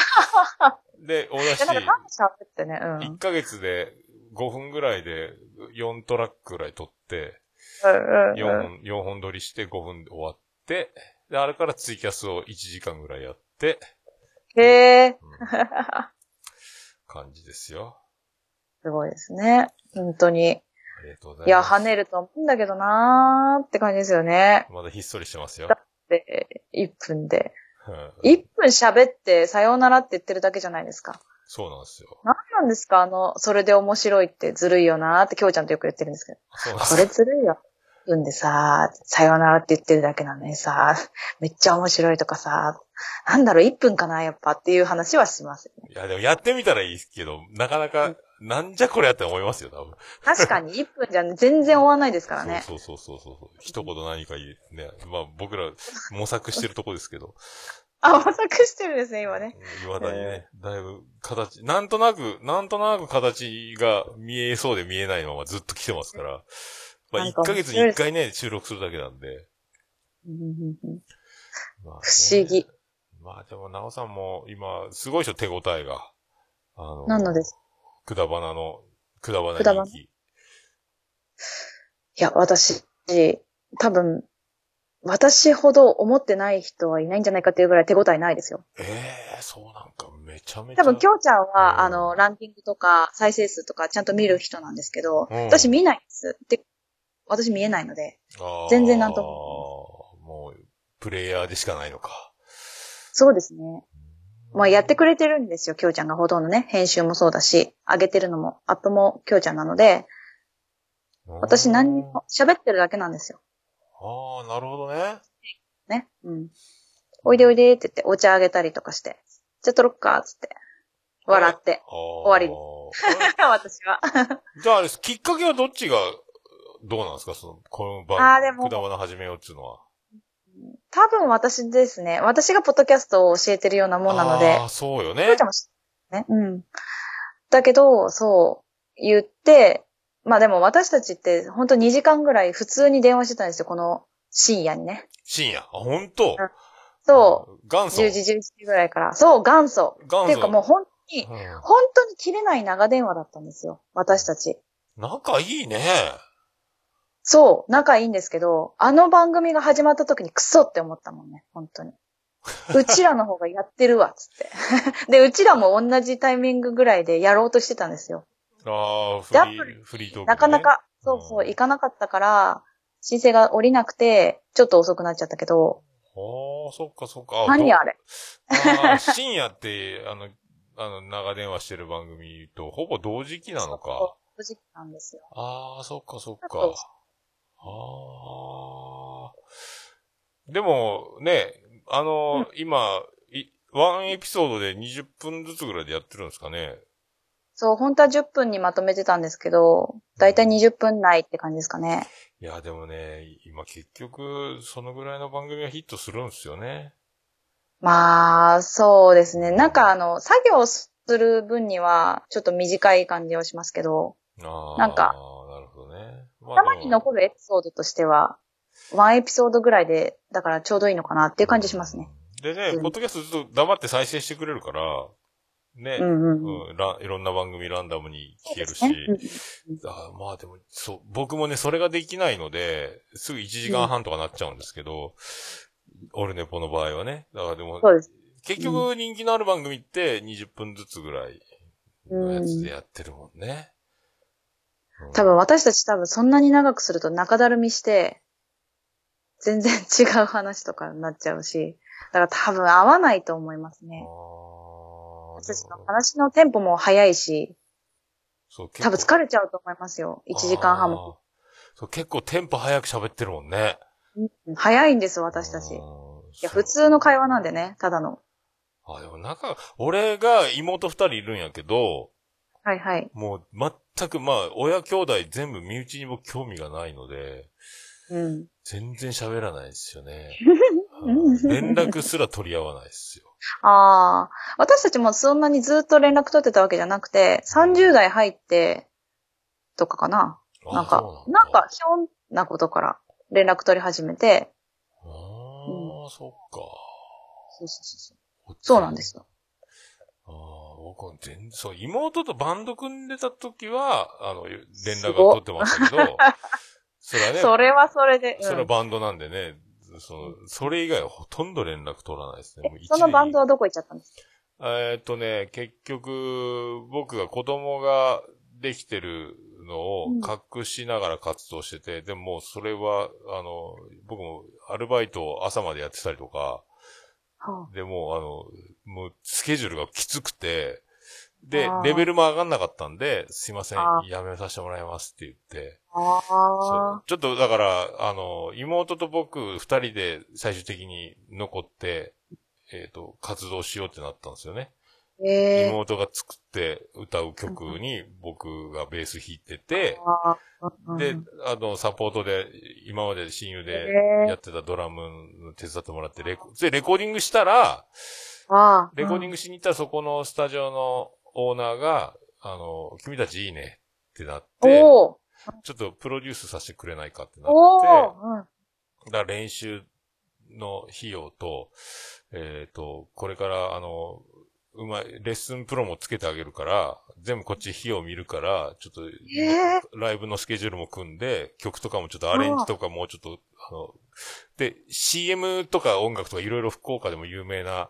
で、お出う。しで、なんか、何喋ってね。うん。 1ヶ月で5分ぐらいで4トラックぐらい撮って、うん4うんうん。本、4本撮りして5分で終わって、で、あれからツイキャスを1時間ぐらいやって、へえ。うん 感じですよ。すごいですね。本当に。ありがとうございいや、ます。跳ねると思うんだけどなーって感じですよね。まだひっそりしてますよ。で、1分で。うん1分喋って、さようならって言ってるだけじゃないですか。そうなんですよ。何なんですかあの、それで面白いってずるいよなーって、きょうちゃんとよく言ってるんですけど。そうなんでそ すよれずるいよ。1分でさ、さようならって言ってるだけなのにさ、めっちゃ面白いとかさ、なんだろう、1分かな、やっぱっていう話はします。いや、でもやってみたらいいですけど、なかなか、なんじゃこれやって思いますよ、多分。確かに1分じゃ全然終わんないですからね。そうそうそうそうそう。一言何か言う。ね。まあ僕ら模索してるとこですけど。あ、模索してるんですね、今ね。いまだにね、だいぶ形、なんとなく、なんとなく形が見えそうで見えないままずっと来てますから、まあなん1かヶ月に1回ね、収録するだけなんで。うんうんうんうんまあね不思議。。まあでも、なおさんも今、すごいでしょ、手応えが。あの何のですくだばなの、くだばなくだば人ない気。いや、私、多分、私ほど思ってない人はいないんじゃないかっていうぐらい手応えないですよ。ええそうなんかめちゃめちゃ。多分、きょうちゃんうんは、あの、ランキングとか、再生数とか、ちゃんと見る人なんですけど、うん私見ないです。で、私見えないので。あー全然なんとももう、プレイヤーでしかないのか。そうですね。まあ、やってくれてるんですよ、きょうちゃんがほとんどね。編集もそうだし、上げてるのも、アップもきょうちゃんなので、私何にも喋ってるだけなんですよ。ああ、なるほどね。ね。うん。おいでおいでって言って、お茶あげたりとかして、じゃあ撮ろっか、つって。笑って。終終わりでり。私は。じゃあ、きっかけはどっちが、どうなんですかその、この番あーでもくだばな始めようっていうのは。多分私ですね。私がポッドキャストを教えてるようなもんなのであ。あ、そうよふねーちゃ。んも知ってるね。うん。だけど、そう、言って、まあでも私たちって、本当2時間ぐらい普通に電話してたんですよ、この深夜にね。深夜。あ、ほんと。うんそう元う、祖。 10時、11時ぐらいから。そう、元祖。元っていうかもう祖。本当に、うん本当に切れない長電話だったんですよ、私たち。仲いいね。そう、仲いいんですけど、あの番組が始まった時にクソって思ったもんね、本当に。うちらの方がやってるわ、つって。 で、うちらも同じタイミングぐらいでやろうとしてたんですよ。ああ、フでアリプリー、フリートーク、ね。なかな。か、そうそうう、ん行かなかったから、申請が降りなくて、ちょっと遅くなっちゃったけど、ああ、そっかそっか。何あれあー深夜って、あの、あの、長電話してる番組とほぼ同時期なのか。正直なんですよ。ああ、そっかそっかそう。ああ。でも、ね、あの、今、いワンエピソードで20分ずつぐらいでやってるんですかね。そう、本当は10分にまとめてたんですけど、だいたい20分内って感じですかね。いや、でもね、今結局、そのぐらいの番組はヒットするんですよね。まあ、そうですね。なんかあの、作業する分には、ちょっと短い感じはしますけど、ああ。なんか。なるほどね。まあたまに残るエピソードとしては、ワンエピソードぐらいで、だからちょうどいいのかなっていう感じしますね。。でねう、んポッドキャストずっと黙って再生してくれるから、ね、うんうんうん。うんらいろんな番組ランダムに聞けるし、そうですねうんあまあでも、そう、僕もね、それができないので、すぐ1時間半とかなっちゃうんですけど、オルネポの場合はね、だからでも、そうです。結局人気のある番組って20分ずつぐらいのやつでやってるもんね。うん多分私たち多分そんなに長くすると中だるみして、全然違う話とかになっちゃうし、だから多分合わないと思いますね。あー私たちの話のテンポも早いし、そう、結多分構疲れちゃうと思いますよ。1時間半も。あーそう、結構テンポ早く喋ってるもんね。うん早いんです、私たち。うんいや、普通の会話なんでね、ただの。あ、でも仲、俺が妹二人いるんやけど、はいはい。もう全くまあ、親兄弟全部身内に僕興味がないので、うん。全然喋らないですよね。うん連絡すら取り合わないですよ。ああ、私たちもそんなにずっと連絡取ってたわけじゃなくて、30代入って、とかかな。あなんかそ、うなんか、ひょんなことから連絡取り始めて、ああ、そっか。そうそうそうそう。そうなんですよ。ああ、僕は全然、そう、妹とバンド組んでた時は、あの、連絡すが取ごってましたけど、 それはね、それはそれで、うんそれはバンドなんでね、その、それ以外はほとんど連絡取らないですね。もう一そのバン年ドはどこ行っちゃったんですかえーっとね、結局、僕が子供ができてるのをうん隠しながら活動してて、でももうそれは、あの、僕もアルバイトを朝までやってたりとか、はでもうあの、もうスケジュールがきつくて、であー、レベルも上がんなかったんで、すいませんあ、やめさせてもらいますって言って、あそあうちょっとだから、あの、妹と僕二人で最終的に残って、えっ、と、活動しようってなったんですよね。ー、ええ妹が作って歌う曲に僕がベース弾いてて、あーでうん、あの、サポートで、今まで親友でへーやってたドラム手伝ってもらってレコ、で、レコーディングしたら、あレコーディング。グしに行ったらそこのスタジオのオーナーが、あの、君たちいいねってなって、おーちょっとプロデュースさせてくれないかってなっおて、だーから練習の費用と、えっ、と、これから、あの、うまい、レッスンプロもつけてあげるから、全部こっち費用見るから、ちょっと、えライブのスケジュールも組んで、曲とかもちょっとアレンジとかもうちょっと、あの、で、CM とか音楽とかいろいろ福岡でも有名な、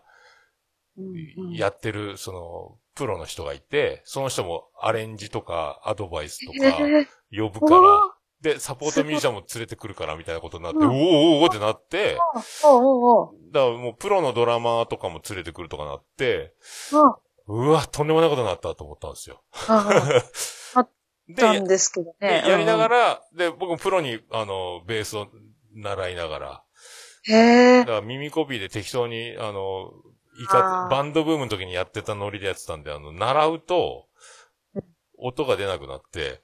うん。やってる、その、プロの人がいて、その人もアレンジとかアドバイスとか、えー呼ぶからう、で、サポートミュージシャンも連れてくるから、みたいなことになって、おうーおんーおーってなって、おうおうおうだからもうプロのドラマーとかも連れてくるとかなって、うんうわ、とんでもないことになったと思ったんですよ。あーで、たんですけどね。でやりながら。ら、で、僕もプロに、あの、ベースを習いながら、へだえ。から耳コピーで適当に、あの、いかあーバンドブームの時にやってたノリでやってたんで、あの、習うと、音が出なくなって、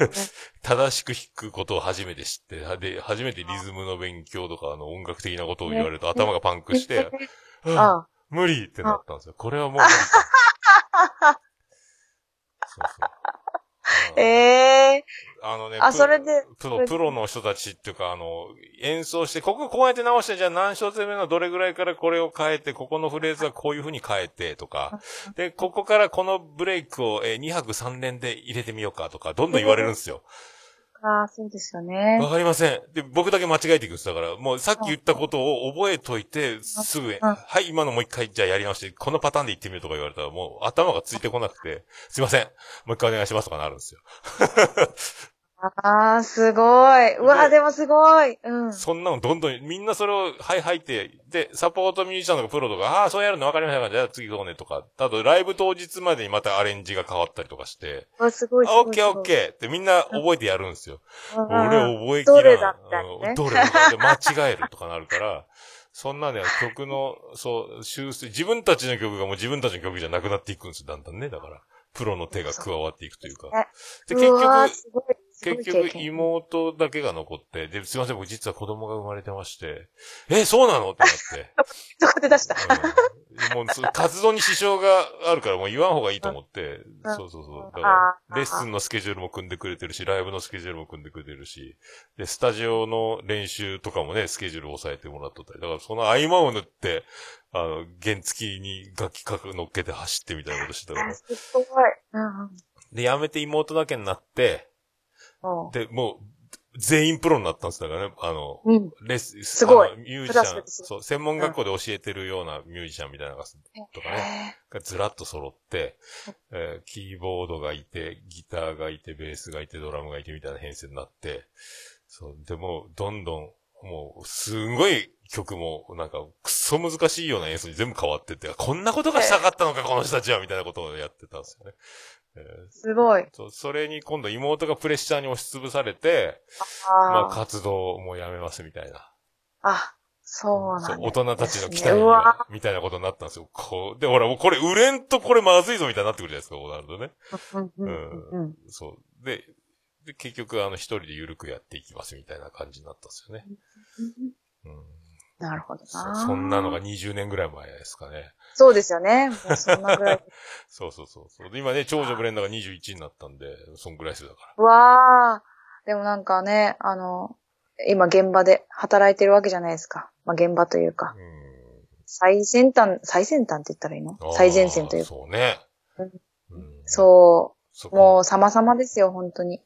正しく弾くことを初めて知って、で、初めてリズムの勉強とか、あの、音楽的なことを言われると頭がパンクして、はぁ あ無理ってなったんですよ。これはもう無理だ。そうそう。ええあのね、あプそれでプそロれでプロの人たちっていうか、あの、演奏して、こここうやって直して、じゃあ何小節目のどれぐらいからこれを変えて、ここのフレーズはこういう風に変えて、とか。で、ここからこのブレイクを、え2拍3連で入れてみようか、とか、どんどん言われるんですよ。ー、ああ、そうですよねわ。かりません。で、僕だけ間違えていくんです。だから、もうさっき言ったことを覚えといて、すぐ、はい、今のもう一回、じゃあやり直して、このパターンで言ってみるとか言われたら、もう頭がついてこなくて、すいません。もう一回お願いしますとかなるんですよ。ああ、すごい。うわ、ででもすごい。うん。そんなのどんどん、みんなそれを、はいはいって、で、サポートミュージシャンとかプロとか、ああ、そうやるの分かりましたから、じゃあ次そうねとか、あとライブ当日までにまたアレンジが変わったりとかして、うわすごい、すあごい。オッケーオッケーってみんな覚えてやるんですよ。すごい。うん俺うん覚えきどらんれだったりうねん。どれだって間違えるとかなるから、 そんなんでは曲の、そう、修正、自分たちの曲がもう自分たちの曲じゃなくなっていくんですよ、だんだんね。だから、プロの手が加わっていくというか。で、結うわー局、すごいすごい結経験局、妹だけが残って、で、すいません、僕実は子供が生まれてまして、え、そうなのってなって。そこで出した。うん、もうそう、活動に支障があるからもう言わん方がいいと思って、うんそうそうそう。だかあら、ーレッスンのスケジュールも組んでくれてるし、ライブのスケジュールも組んでくれてるし、で、スタジオの練習とかもね、スケジュールを抑えてもらっとったり、だからその合間を縫って、あの、原付きに楽器かく乗っけて走ってみたいなことしてたからあ。すごい。うんうん。で、やめて妹だけになって、もで、もう、全員プロになったんですだからね、あの、ううん。レッスン、すごいあのミュージプラシスャンで、すそう、専門学校で教えてるようなミュージシャンみたいなのが、とかね。へがずらっと揃って、えーキーボードがいて、ギターがいて、ベースがいて、ドラムがいてみたいな編成になって、そう、でもう、どんどん、もう、すんごい曲も、なんか、くそ難しいような演奏に全部変わってって、あこんなことがしたかったのか、この人たちは、みたいなことをやってたんですよね。えーーすごい。そうそれに今度妹がプレッシャーに押しつぶされて、まああー活動をもうやめますみたいな。あ、そうなんだそう大人たちの期です待ねにうわみたいなことになったんですよ。こう、で、ほら、もうこれ売れんとこれまずいぞみたいになってくるじゃないですか、こうなるとね。うんうんうんうん。そう。で、で結局、あの、一人で緩くやっていきますみたいな感じになったんですよね。うん。なるほどそな。そんなのが。20年ぐらい前ですかね。そうですよね。もうそんなぐ らい。そうそうそうそう。で今ね、長女ブレンダーが21になったんで、そんぐらいですよだかわー。でもなんかね、あの、今現場で働いてるわけじゃないですか。まあ現場というら。か、うん。最先端、最先端って言ったらいいのあー最前線というか。そうね。うんうんそ。そうもう様々ですよ、本当に。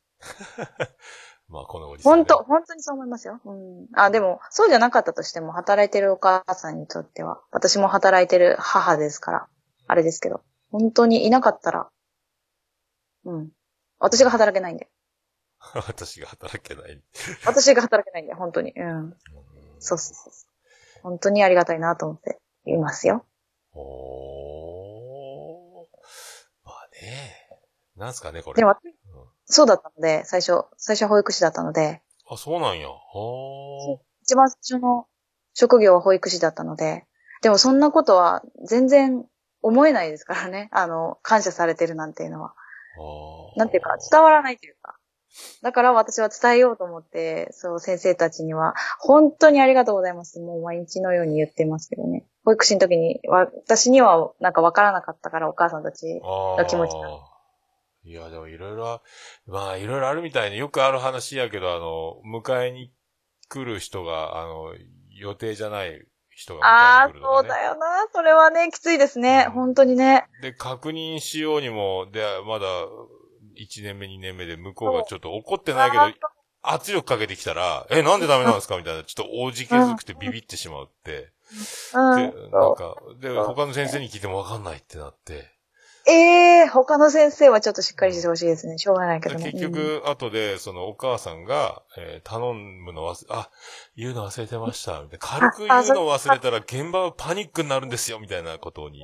まあ、このおじさんね、本当、本当にそう思いますよ。うん。あ、でも、そうじゃなかったとしても、働いてるお母さんにとっては、私も働いてる母ですから、あれですけど、本当にいなかったら、うん。私が働けないんで。 私が働けない。私が働けないんで、本当に。うん。うんそうそうそうそう。本当にありがたいなと思っていますよ。おー。まあね。なんすかね、これ。でも、うんそうだったので、最初、最初は保育士だったので、あ、そうなんや。おー。一番最初の職業は保育士だったので、でもそんなことは全然思えないですからね。あの、感謝されてるなんていうのは。あーなんていうか、伝わらないというか。だから私は伝えようと思って、そう、先生たちには、本当にありがとうございます。もう毎日のように言ってますけどね。保育士の時に、わ私にはなんかわからなかったから、お母さんたち。あな気持ちちいや、でもいろいろあ、まあいろいろあるみたいね。よくある話やけど、あの、迎えに来る人が、あの、予定じゃない人が迎えああに来ー、るそとか、うね。だよな。それはね、きついですね。本当にね。で、確認しようにも、で、まだ、1年目、2年目で向こうがちょっと怒ってないけどあー、圧力かけてきたら、え、なんでダメなんですかみたいな、ちょっとおじけづくてビビってしまうって。うで、んなんそか、で、そう他の先生に聞いてもわかんないってなって。う。ええ他の先生はちょっとしっかりしてほしいですね。しょうがないけどね。結うん局、後で、そのお母さんが、えー頼むの忘れ、あ、言うの忘れてました、みたいな。軽く言うあその忘れたら現場はパニックになるんですよ、みたいなことに。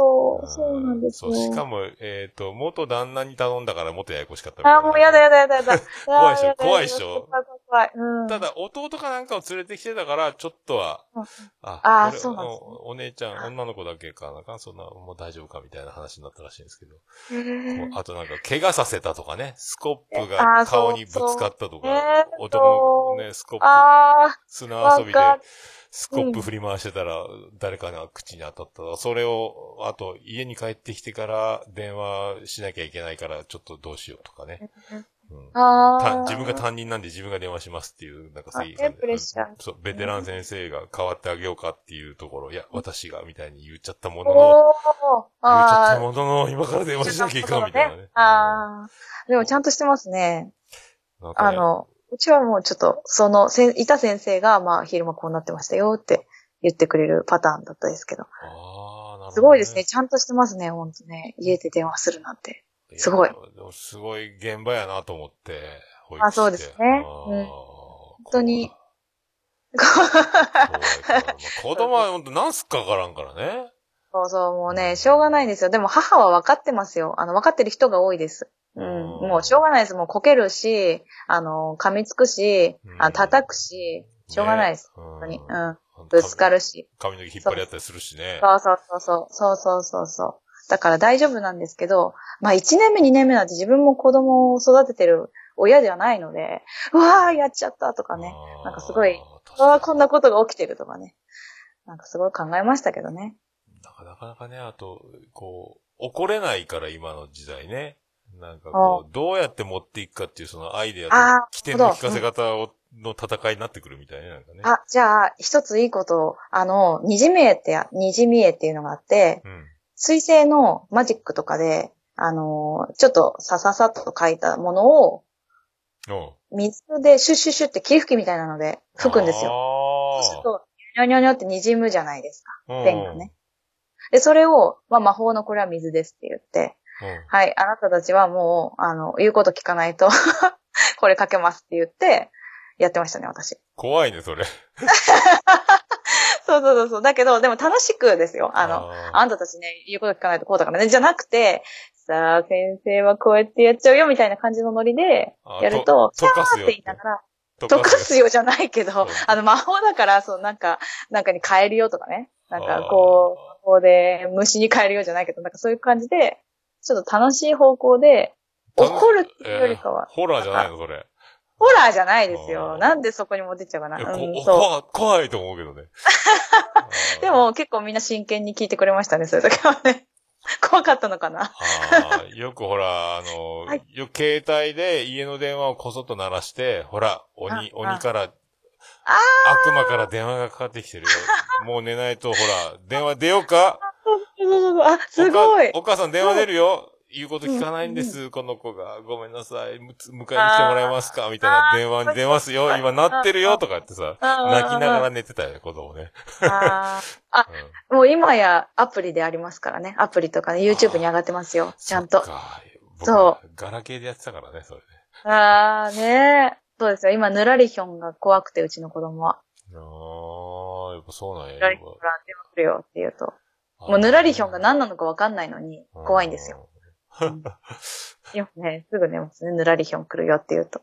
そうう、んそうなんですそう、しよ。かも、えっ、と、元旦那に頼んだからもっとややこしかったみたいなあー、もうやだやだやだやだ。 怖いっあーしょやだ怖いっしょやだ怖い。うん。ただ、弟かなんかを連れてきてたから、ちょっとはうん、ああーこれそうなんですねおお姉ちゃん、女の子だけかなんか、そんな、もう大丈夫かみたいな話になったらしいんですけど。へーこうあとなんか、怪我させたとかね、スコップあがーそう顔にぶつかったとそうえかー、と男のね、スコップ、あ砂遊びでわかるスコップ振り回してたら、誰かの口に当たったとかそれを、あと、家に帰ってきてから電話しなきゃいけないから、ちょっとどうしようとかね。うんあ。あたあ。自分が担任なんで自分が電話しますっていう、なんかそういうあねプレッシャーそう、ベテラン先生が代わってあげようかっていうところ、いや、私がみたいに言っちゃったものの、言っおーちゃあったーものの、今から電話しなきゃいかんみたいなね。ああ。でもちゃんとしてますね。なんかあねの、うちはもうちょっと、その、せんいた先生が、まあ、昼間こうなってましたよって言ってくれるパターンだったですけど。あーなるほどすごいですね。。ちゃんとしてますね、ほんとね。家で電話するなんて。やすごい。でもすごい現場やなと思って、保育士あそうですねあーうん本当に怖い怖いまあ 子供は本当何すっかわからんからね。そうそう、もうね、しょうがないんですよ。でも母は分かってますよ。あの、分かってる人が多いです。うん。うんもうしょうがないです。もうこけるし、あの、噛みつくし、うんあ叩くし、しょうがないです。本本当に。うん。ぶつかるし。髪の毛引っ張り合ったりするしね。そうそうそうそう。そうそうそうそう。だから大丈夫なんですけど、まあ1年目2年目なんて自分も子供を育ててる親ではないので、うわーやっちゃったとかね。あーなんかすごい、確うわーかこにんなことが起きてるとかね。なんかすごい考えましたけどね。なかなかなかね、あと、こう、怒れないから今の時代ね。なんかこう、どうやって持っていくかっていうそのアイデアと、あ起点の聞かせ方を、の戦いになってくるみたいね、なんかね。あ、じゃあ、一ついいことを、あの、にじみ絵ってや、にじみ絵っていうのがあって、うん。水星のマジックとかで、あのーちょっとさささっと描いたものを、おう水でシュッシュッシュッって霧吹きみたいなので吹くんですよ。そうするあと、ニョニョニョって滲むじゃないですか。あ。ペンがね。で、それを、まあ、魔法のこれは水ですって言って、うん。うんはい、あなたたちはもう、あの、言うこと聞かないと、 これ書けますって言って、やってましたね、私。怖いね、それ。そうそうそうそう。だけど、でも楽しくですよ。あの、ああんたたちね、言うこと聞かないとこうだからね、じゃなくて、さあ、先生はこうやってやっちゃうよ、みたいな感じのノリで、ーやると、溶かさすあっよて。言いながら、溶溶かすよ。よじゃないけそうど、あの、魔法だから、そう、なんか、なんかに変えるよとかね。なんあかー、こう、こうで、虫に変えるよじゃないけど、なんかそういう感じで、ちょっと楽しい方向で、楽怒るっていうよりかはえー、ホラーじゃないの、それ。ホラーじゃないですあーよ。なんでそこに持ってっちゃうかな。いやこうん、そう。怖怖いと思うけど ね。でも結構みんな真剣に聞いてくれましたね、そういう時はね。怖かったのかな。あーよくほら、あの、はいよく携帯で家の電話をこそっと鳴らして、ほら、鬼、あ鬼から、あ悪魔から電話がかかってき てるよ。もう寝ないと、ほら、電話出ようかそうそうそうあ、すごいお。母さんお母さん電話出るよ言うこと聞かないんです、この子が。ごめんなさい。むつ迎えに来てもらえますかみたいなあー電話に出ますよ。今鳴ってるよとか言ってさ、泣泣きながら寝てたよね、子供ね。ら。あうんーもう今やアプリでありますからね。アプリとかね、YouTube に上がってますよ。ちゃんと。そっかそ。僕ガラケーでやってたからね、それね。ああ、ねえ。そうですよ。今、ぬらりひょんが怖くて、うちの子供あは。あ、やっぱそうなんや。ぬらりひょんから電話するよって言うと。もうぬらりひょんが何なのかわかんないのに、怖いんですよ。よ。今ね、すぐ寝ますね。ぬらりひょん来るよって言うと。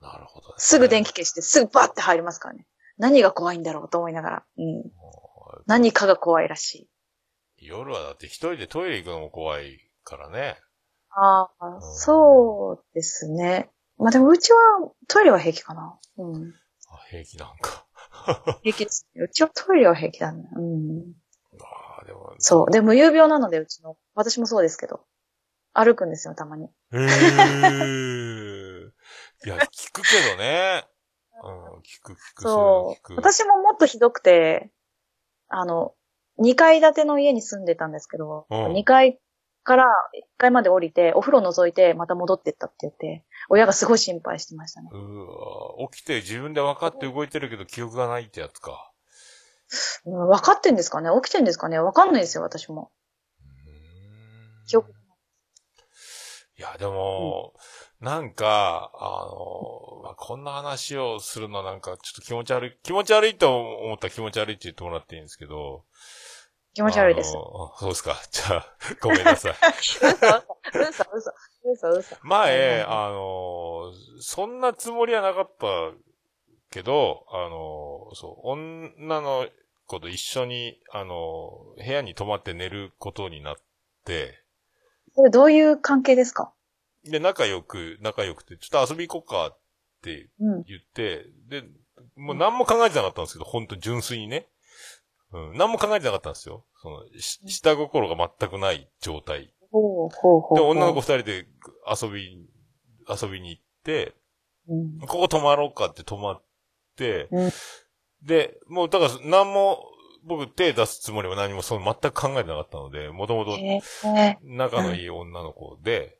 なるほど、すぐ電気。気消して、すぐバッて入りますからね。何が怖いんだろうと思いながら。うん。何かが怖いらしい。夜はだって一人でトイレ行くのも怖いからね。ああ、そうですね。まあでもうちはトイレは平気かな。うん。あ平気なんか。平気ですね。うちはトイレは平気だね。うん。ああ、でも。そう。で、無遊病なので、うちの。私もそうですけど。歩くんですよ、たまに。う。へえいや、聞くけどね。うん、聞く聞く。それう。は聞く。私ももっとひどくて、あの、2階建ての家に住んでたんですけど、うん2階から1階まで降りて、お風呂覗いて、また戻ってったって言って、親がすごい心配してましたね。うわ起きて自分で分かって動いてるけど記憶がないってやつか。うん、分かってんですかね起きてんですかね分かんないですよ、私も。うーん記憶。いや、でも、なんか、あの、まあ、こんな話をするのなんか、ちょっと気持ち悪い、気持ち悪いと思ったら気持ち悪いって言ってもらっていいんですけど。気持ち悪いですあ。のそうですか。 じゃあ、ごめんな さい。嘘、嘘、嘘、嘘、嘘。前、うんあの、そんなつもりはなかったけど、あの、そう、女の子と一緒に、あの、部屋に泊まって寝ることになって、それどういう関係ですかで、仲良く、仲良くて、ちょっと遊び行こうかってうん。言って、で、もう何も考えてなかったんですけど、ほんと純粋にね。うん、何も考えてなかったんですよ。その、し下心が全くない状態。ほうほうほう。で、女の子二人で遊び、遊びに行って、うん。ここ泊まろうかって泊まって、うんで、もうだから何も、僕手出すつもりも何もそう全く考えてなかったので、もともとへえ。仲のいい女の子で、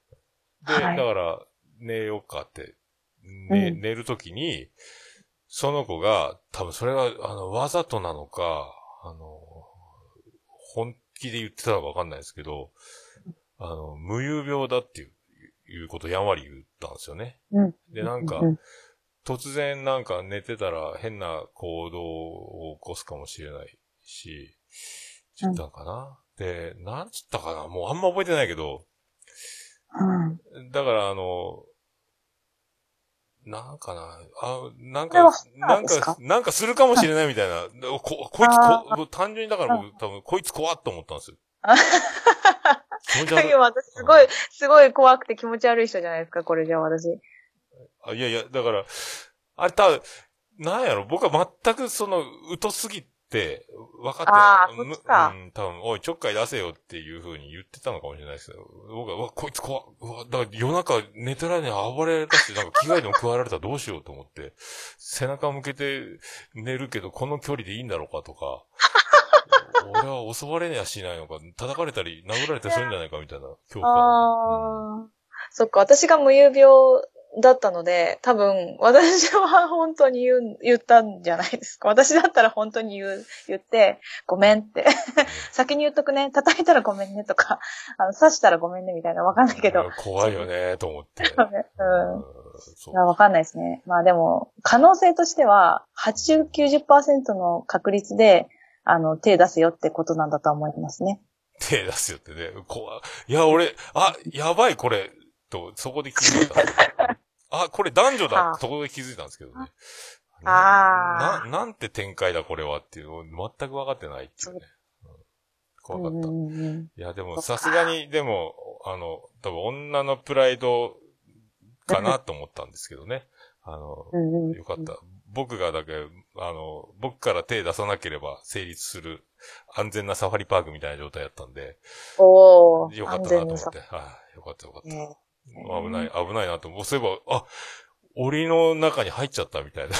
で、はいだから、寝ようかって、ねうん寝るときに、その子が、多分それが、あの、わざとなのか、あの、本気で言ってたのかわかんないですけど、あの、無遊病だっていう、いうことをやんわり言ったんですよね。うん。で、なんかう、ん突然なんか寝てたら変な行動を起こすかもしれないし、ちったんかな、で、なんつったかなもうあんま覚えてないけど、うん。だからあの、なんかなあ、なんこれはか、ななんんですかか、なんかするかもしれないみたいな。こ、こいつあこ、単純にだから僕多分、こいつ怖っと思ったんですよ。気持ちい悪いや、私すごい、すごい怖くて気持ち悪い人じゃないですか、これじゃあ私。あいやいや、だから、あれ多分、なんやろ、僕は全くその、疎すぎて、分かってあーむそっちかうん、多分、おい、ちょっかい出せよっていう風に言ってたのかもしれないですけど、僕は、うわ、こいつ怖っうわ、だから夜中寝てられね暴れ出して、なんか着替えでも食われたらどうしようと思って、背中向けて寝るけど、この距離でいいんだろうかとか、 俺は襲われねやしないのか、叩かれたり殴られたりするんじゃないかみたいな、恐怖感。ああ。そっか、私が無遊病だったので、多分、私は本当に言う、言ったんじゃないですか。私だったら本当に言う、言って、ごめんって。先に言っとくね。叩いたらごめんねとか、あの、刺したらごめんねみたいな。わかんないけいど。や怖いよね、と思 って。多分うん。そいや、わかんないですね。まあでも、可能性としては、80、90%の確率で、あの、手出すよってことなんだとは思いますね。手出すよってね。怖い。いや、俺、あ、やばい、これ、と、そこで気づい た。あ、これ男女あだー。そこで気づいたんですけどね。あな、ななんて展開だ、これはっていうのを全く分かってないっていうね。うん怖かった。うんうんうんいや、でも、そさっかすがに、でも、あの、多分女のプライドかなと思ったんですけどね。あの、うんうんうんよかっ。た。僕がだけ、あの、僕から手出さなければ成立する安全なサファリパークみたいな状態だったんで、おお。よかったなと思っ安全て。はい、よかったよかっにさた。危ない、危ないなと思う。そういえば、あ、檻の中に入っちゃったみた いな。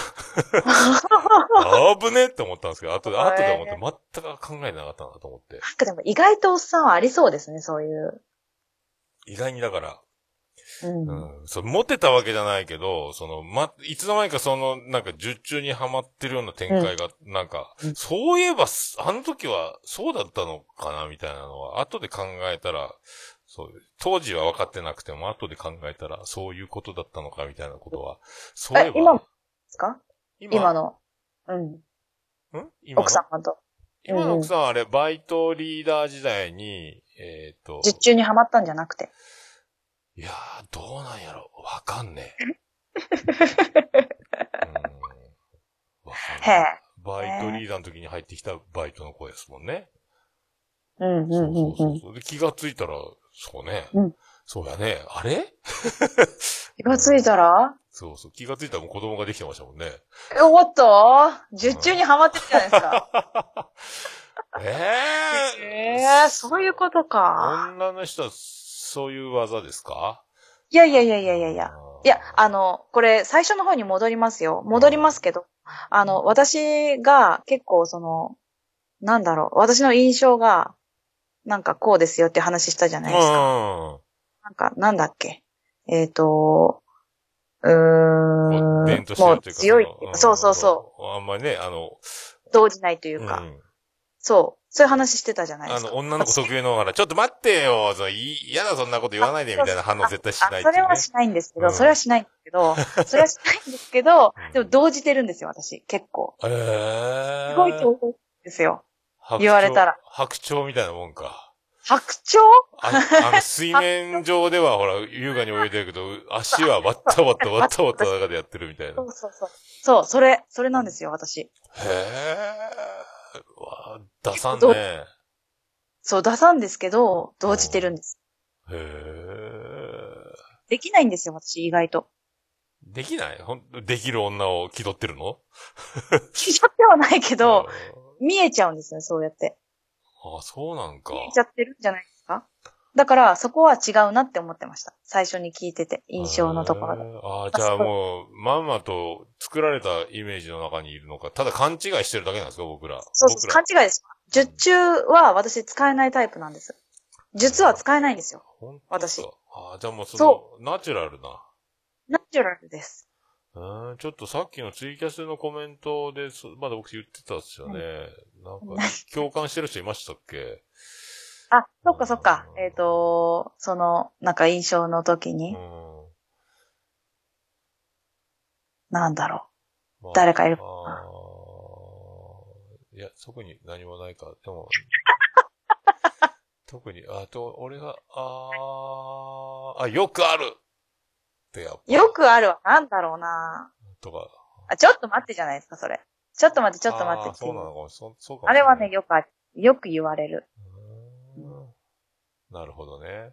あぶねって思ったんですけど、後で、怖い後で思って、全く考えてなかったなと思って。なんかでも意外とおっさんはありそうですね、そういう。意外にだから、うん。うん、そう、モテたわけじゃないけど、その、ま、いつの間にかその、なんか、術中にはまってるような展開が、なんか、うんそういえば、すあの時は、そうだったのかな、みたいなのは、後で考えたら、そう、当時は分かってなくても、後で考えたら、そういうことだったのか、みたいなことは、そういえば、え今もですか今今の。うん。ん今の奥様と。今の奥さんはあれ、バイトリーダー時代に、えっ、と、術中にはまったんじゃなくて。いやー、どうなんやろわかん ねえ。うんわかんへなえい。。バイトリーダーの時に入ってきたバイトの子ですもんね。うんうんそううそんう。うんそう。で、気がついたら、そうね。うんそうやね。あれ気がついたらそうそう。気がついたらもう子供ができてましたもんね。え、おっと術中にはまってるじゃないですか。 えええー、そういうことか。女の人は、そういう技ですかいやいやいやいやいやいや。。いや、あ、の、これ、最初の方に戻りますよ。戻りますけど、あの、私が結構その、なんだろう、私の印象が、なんかこうですよって話したじゃないですか。なんか、なんだっけ。えっ、と、うーうんん。こう。伝統してもるうというか。強いのっていうか、そうそうそうん。あんまりね、あの、う。動じないといううか、んそう。そういう話してたじゃないであすか。の、女の子特有の、ほら、ちょっと待ってよ、その、い嫌だ、そんなこと言わないで、みたいな反応絶対しないあっそていれうねはしないんですけど、うんそれはしないんですけど、それはしないんですけどうん、でも動じてるんですよ、私、結構。えーすごいと思うんですよ。白鳥言われたら。白鳥みたいなもんか。白鳥ああの、水面上ではほら、優雅に泳いでるけど、足はバッタバッタバッタバッタ中でやってるみたいなそ。うそうそう。そう、それ、それなんですよ、私。へえ。うわ、出さんね。へそう、出さんですけど、動じてるんです。え。できないんですよ、私、意外と。できないほんとできる女を気取ってるの気取ってはないけど、見えちゃうんですよね、そうやって。うんあ、そうなんか見。えちゃってるんじゃないですかだから、そこは違うなって思ってました。最初に聞いてて、印象のところで。へーあーじゃあもう、まんまと作られたイメージの中にいるのか、ただ勘違いしてるだけなんですか、僕ら。そうそう、僕ら勘違いです。術中は私使えないタイプなんです。術は使えないんですよ。本当ですか。あーじゃあもうその、そナチュラルな。ナチュラルです。うーんちょっとさっきのツイキャスのコメントで、そまだ僕言ってたんですよね。なんか、共感してる人いましたっけあ、そっかそっか。えっ、と、その、なんか印象の時うに、ん。なんだろまあ誰かいるかあーいや、特に何もないか。 でも、特に、あと、俺が、あーあ、よくあるってやっう。ぱよくあるわ。なんだろうなとか。あ、ちょっと待ってじゃないですか、それ。ちょっと待って、ちょっと待ってあーってそいううなのかも。そそうかもあしれれなはいね、よくある。よく言われる。うーんなるほどね。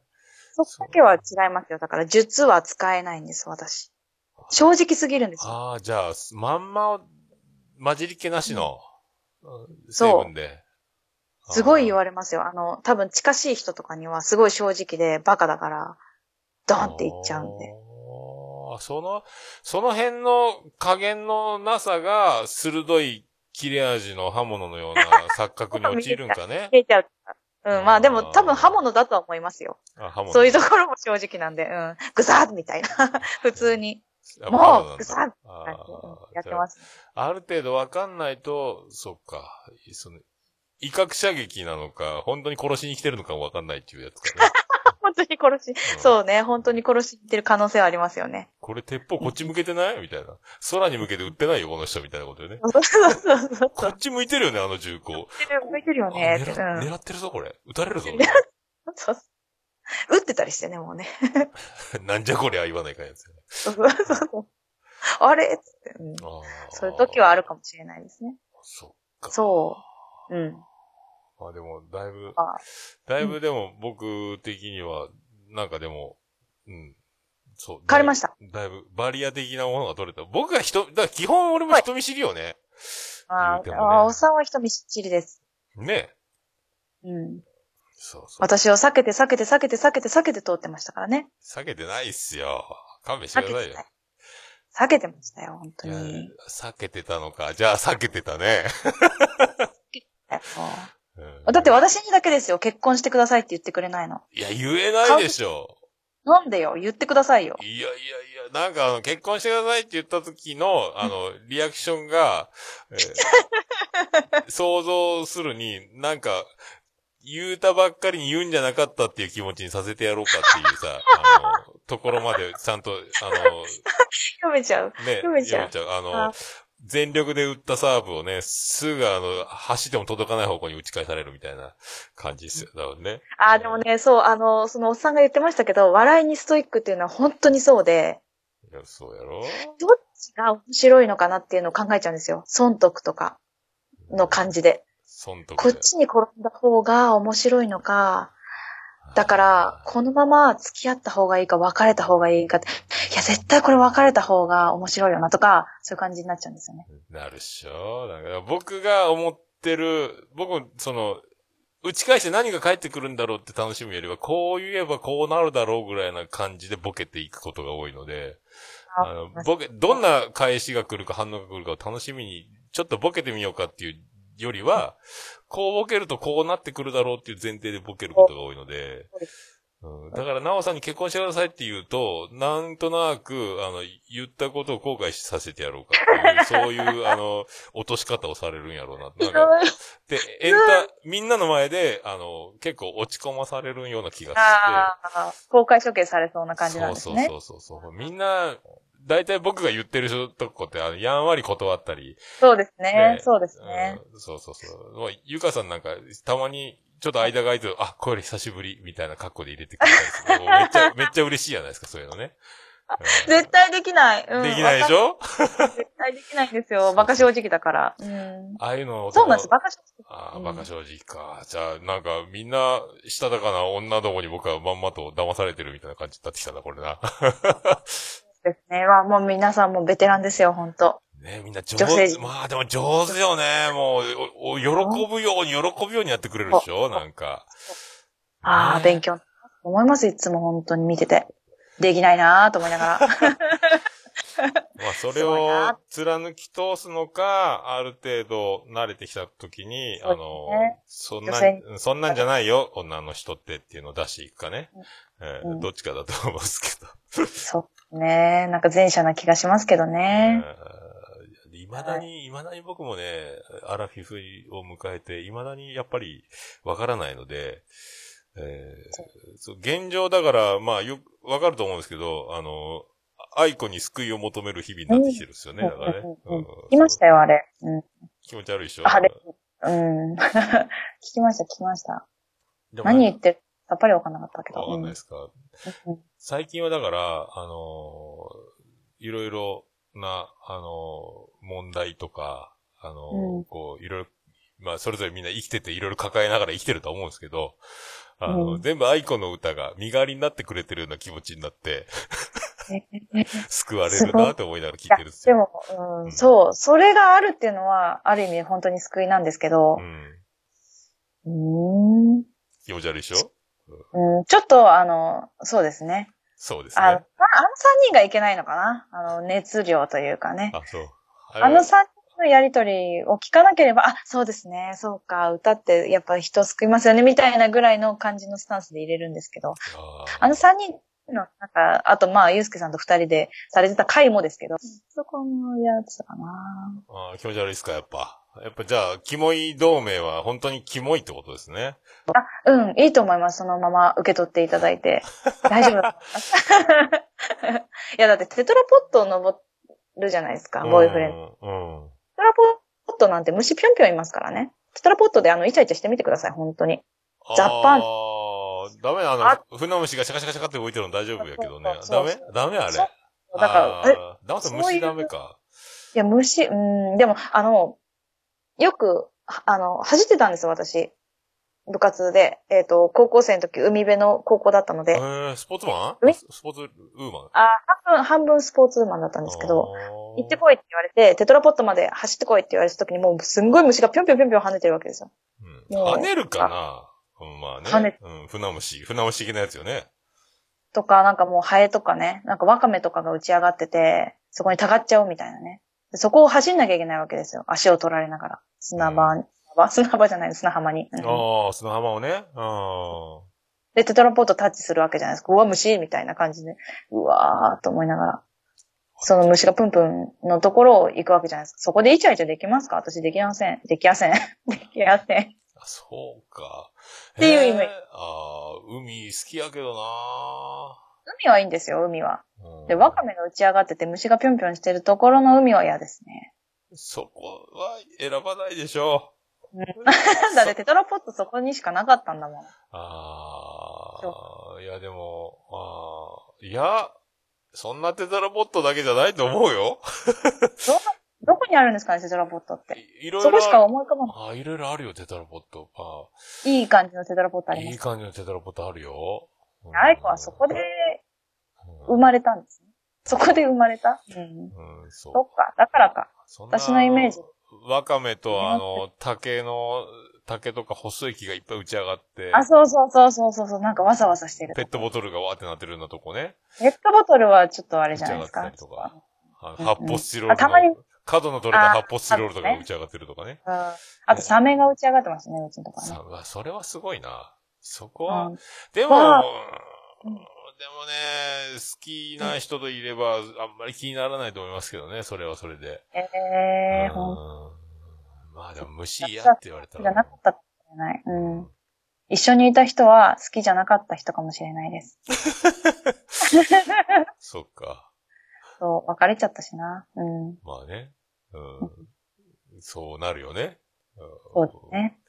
そこだけは違いますよ。だから、術は使えないんです、私。正直すぎるんですよ。ああ、じゃあ、まんまを、混じり気なしの、成そう分で。すごい言わわれますよ。あの、多分近しい人とかにはすごい正直でバカだから、ドンって言っちゃうんで。あーその、その辺の加減のなさが、鋭い切れ味の刃物のような錯覚に陥るんかね。 消えちゃうから。あうーん、まあでも多分刃物だとは思いますよ。あ刃物。そういうところも正直なんで、うん。ぐさーみたいな。 普通に。やっぱ刃物なんだもう、ぐさーってあ感じーやってます。ある程度わかんないと、そっか、その、威嚇射撃なのか、本当に殺しに来てるのかもわかんないっていうやつか ね。本当に殺し、うんそうね、本当に殺しに行ってる可能性はありますよね。これ鉄砲こっち向けてないみたいな。空に向けて撃ってないよ、この人みたいなことよね。そうそうそうそう。こっち向いてるよね、あの銃口。向いてるよあね。狙うん。狙ってるぞ、これ。撃たれるぞ。そうそう。打ってたりしてね、もうね。 なんじゃこりゃ言わないかんやつよね。そうそうそうあれっつって、うん。あーそういう時はある。かもしれないですね。そっか。そう。うん。う。まあでも、だいぶ、あだいぶでも僕的には、なんかでも、うん。そう。変わりました。だいぶバリア的なものが取れた。僕が人、だから基本俺も人見知りよね。言あうてー、もねあーおっさんは人見知りです。ね。うん。そうそう。私を避けて避けて避けて避けて避けて通ってましたからね。避けてないっすよ。勘弁して避くけださいよてた。よ。避けてましたよ、本当いやに。、避けてたのか。じゃあ避けてたね。そうだって私にだけですよ、結婚してくださいって言ってくれないの。いや、言えないでしょ。なんでよ、言ってくださいよ。いやいやいや、なんかあの、結婚してくださいって言った時の、あの、リアクションが、 えー想像するに、なんか、言うたばっかりに言うんじゃなかったっていう気持ちにさせてやろうかっていう さ、あの、ところまでちゃんと、あの、読めちゃう。 ね、読めちゃう読う。あのあ、全力で打ったサーブをね、すぐあの、走っても届かない方向に打ち返されるみたいな感じですよ。だからね。ああ、でもね、そう、あの、そのおっさんが言ってましたけど、笑いにストイックっていうのは本当にそうで、いや、そうやろどっちが面白いのかなっていうのを考えちゃうんですよ。損得とかの感じで。損得こだよっちに転んだ方が面白いのか、だから、このまま付き合った方がいいか、別れた方がいいかって、いや、絶対これ別れた方が面白いよなとか、そういう感じになっちゃうんですよね。なるっしょ。だから僕が思ってる、僕もその、打ち返して何が返ってくるんだろうって楽しむよりは、こう言えばこうなるだろうぐらいな感じでボケていくことが多いので、あのボケ、どんな返しが来るか反応が来るかを楽しみに、ちょっとボケてみようかっていうよりは、こうボケるとこうなってくるだろうっていう前提でボケることが多いのでそううん、で、だから、なおさんに結婚してくださいって言うと、なんとなく、あの、言ったことを後悔させてやろうかっていう、そういう、あの、落とし方をされるんやろうな。なんかで、エンタ、みんなの前で、あの、結構落ち込まされるような気がして、ああ、公開処刑されそうな感じなんですね。そうそうそうそう。みんな、大体僕が言ってる人とこって、あの、やんわり断ったり。そうですね。ねそうですね。うん、そうそうそう。まあゆかさんなんか、たまに、ちょっと間が空いてる、あ、これ久しぶり、みたいな格好で入れてくれた りする。めっちゃ、めっちゃ嬉しいじゃないですか、そういうのね。うん絶対できない。うん、できないでしょょ絶対できないんですそうそよ。うバカ正直だから。うん。ああいうのをそうなんです、バカ正直。ああ、うんバカ正直か。じゃあ、なんか、みんな、したたかな女どもに僕はまんまと騙されてるみたいな感じになってきたな、これ な。ですね。まあ、もう皆さんもベテランですよ、本当ねみんな上女性手。陣まあ、でも上手よね。もう、おお喜ぶように、喜ぶようにやってくれるでしょなんか。ああ、ね勉強。思います、いつも本当に見てて。できないなぁと思い ながら。まあ、それすごいをな貫き通すのか、ある程度慣れてきた時に、そうあですのそんね、な女性にん、そんなんじゃないよ、女の人ってっていうのを出していくかね。えーうんどっちかだと思うんですけど。そうね。なんか前者な気がしますけどね。いまだに、いまだに僕もね、アラフィフを迎えて、いまだにやっぱりわからないので、えーそう現状だから、まあよく、わかると思うんですけど、あの、愛子に救いを求める日々になってきてるんですよね、うんだからね。うんううんうんん聞きましたよ、あれ。うん。気持ち悪いでしょあれ。うん。 聞きました、聞きました。でも何言ってるさっぱりわかんなかったけど。わかんないうんですか。うん最近はだから、あのーいろいろな、あのー問題とか、あのーうんこう、いろいろ、まあ、それぞれみんな生きてていろいろ抱えながら生きてると思うんですけど、あの、うん全部愛子の歌が身代わりになってくれてるような気持ちにな って、救われるなと思いながら聞いてるんですでよ。も、うん、そう、それがあるっていうのは、ある意味本当に救いなんですけどう、ん。うーん、気持ち悪いでしょうん、ちょっと、あの、そうですね。そうですあの、ああのね3。人がいけないのかなあの、熱量というかね。あ、そう。ああのれは3人のやりとりを聞かなければ、あ、そうですね、そうか、歌ってやっぱ人救いますよね、みたいなぐらいの感じのスタンスで入れるんですけど、ああのの、 3人の、なんか、あとまあ、ゆうすけさんと2人でされてた回もですけど、そこのやつかなあー気持ち悪いですか、やっぱ。やっぱじゃあ、キモい同盟は本当にキモいってことですね。うん、いいと思います。そのまま受け取っていただいて。大丈夫だと思います。 いや、だってテトラポットを登るじゃないですか、ボーイフレンド。テド。うん。トラポットなんて虫ぴょんぴょんいますからね。テトラポットであの、イチャイチャしてみてください、本当に。ザッパンあーダメな、あの、船虫がシャカシャカシャカって動いてるの大丈夫やけどね。そダうそうメそうダメあれ。そうだかあら、え、いーダメさんそうい虫うダメか。や、虫、うん、でも、あの、よく、はあの、走ってたんですよ、私。部活で。えっ、と、高校生の時、海辺の高校だったのえで。ー、スポーツマンえスポーツウーマンあ、半分、半分スポーツウーマンだったんですけど。。あー行ってこいって言われて、テトラポットまで走ってこいって言われた時にもうすんごい虫がぴょんぴょんぴょんぴょん跳ねてるわけですよ。うん跳ねるかなうんまあね。跳ねるうん、船虫。船虫系のやつよね。とか、なんかもうハエとかね、なんかワカメとかが打ち上がってて、そこにたがっちゃうみたいなね。でそこを走んなきゃいけないわけですよ。足を取られながら。砂場に、砂場 砂場じゃない砂浜に。うんああ、砂浜をね。あで、テトラポットタッチするわけじゃないですか。うわ、虫みたいな感じで。うわーと思いながら。その虫がプンプンのところを行くわけじゃないですか。そこでイチャイチャできますか私できません。できません。 できません。あ。そうか。っていうイメージへーああ、海好きやけどな海はいいんですよ、海は。うんで、ワカメが打ち上がってて虫がぴょんぴょんしてるところの海は嫌ですね。そこは選ばないでしょ うんう。だってテトラポットそこにしかなかったんだもん。ああ、いやでも、ああ、いや、そんなテトラポットだけじゃないと思うよ。どこにあるんですかね、テトラポットって。いいろいそろこあしるか。思い浮かばない。ああ、いろいろあるよ、テトラポット。あいい感じのテトラポットああ、りまいいす。感じのテトラポットあるよ。うんアイコはそこで生まれたんですね。そこで生まれたうん。うん、うんそうそっか、だからか。そんな私のイメージ。わかめと、あの、竹の、竹とか細い木がいっぱい打ち上がって、あ、そうそうそうそうそうそう、なんかわさわさしてる。ペットボトルがわーってなってるようなとこね。ペットボトルはちょっとあれじゃないです打かち上がってたりと。かあのうん発泡スチロールあたまにの。角の取れた発泡スチロールとかあがー打ち上がってるとかね。うん。あとサメが打ち上がってましたね、うちのとこさはうわそれはすごいな。そこは、ね。うんでも、わあうんでもね、好きな人といれば、あんまり気にならないと思いますけどね、それはそれで。えうー、んほんまあでも、虫嫌って言われた好きじゃならか。ったかもしれない。うん。一緒にいた人は好きじゃなかった人かもしれな いです。そっか。そう、別れちゃったしな。うん。まあね。うん。そうなるよね。うんそうですね。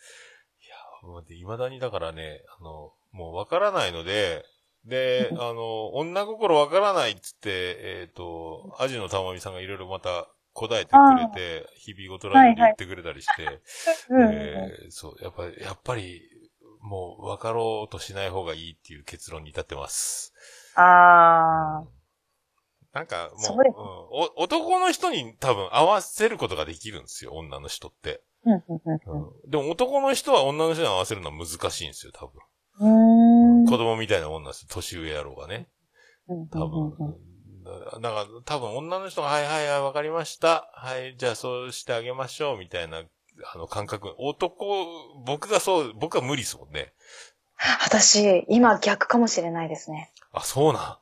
いや、いまだにだからね、あの、もうわからないので、で、あの、女心わからないっつって、えっ、と、アジのたまみさんがいろいろまた答えてくれて、日々ごとライブで言ってくれたりして、うん。えーそう、やっぱり、やっぱり、もう分かろうとしない方がいいっていう結論に至ってます。ああ。なんかもう、そうですうんお男の人に多分合わせることができるんですよ、女の人って。うん、うん、うんでも男の人は女の人に合わせるのは難しいんですよ、多分。うん。うーん。子供みたいなもんなんですよ、年上やろうがね。うん多分。だだから、多分女の人が、はいはいはい、わかりました。はい、じゃあそうしてあげましょう、みたいな、あの感覚。男、僕がそう、僕は無理ですもんね。私、今逆かもしれないですね。あ、そうなん。あ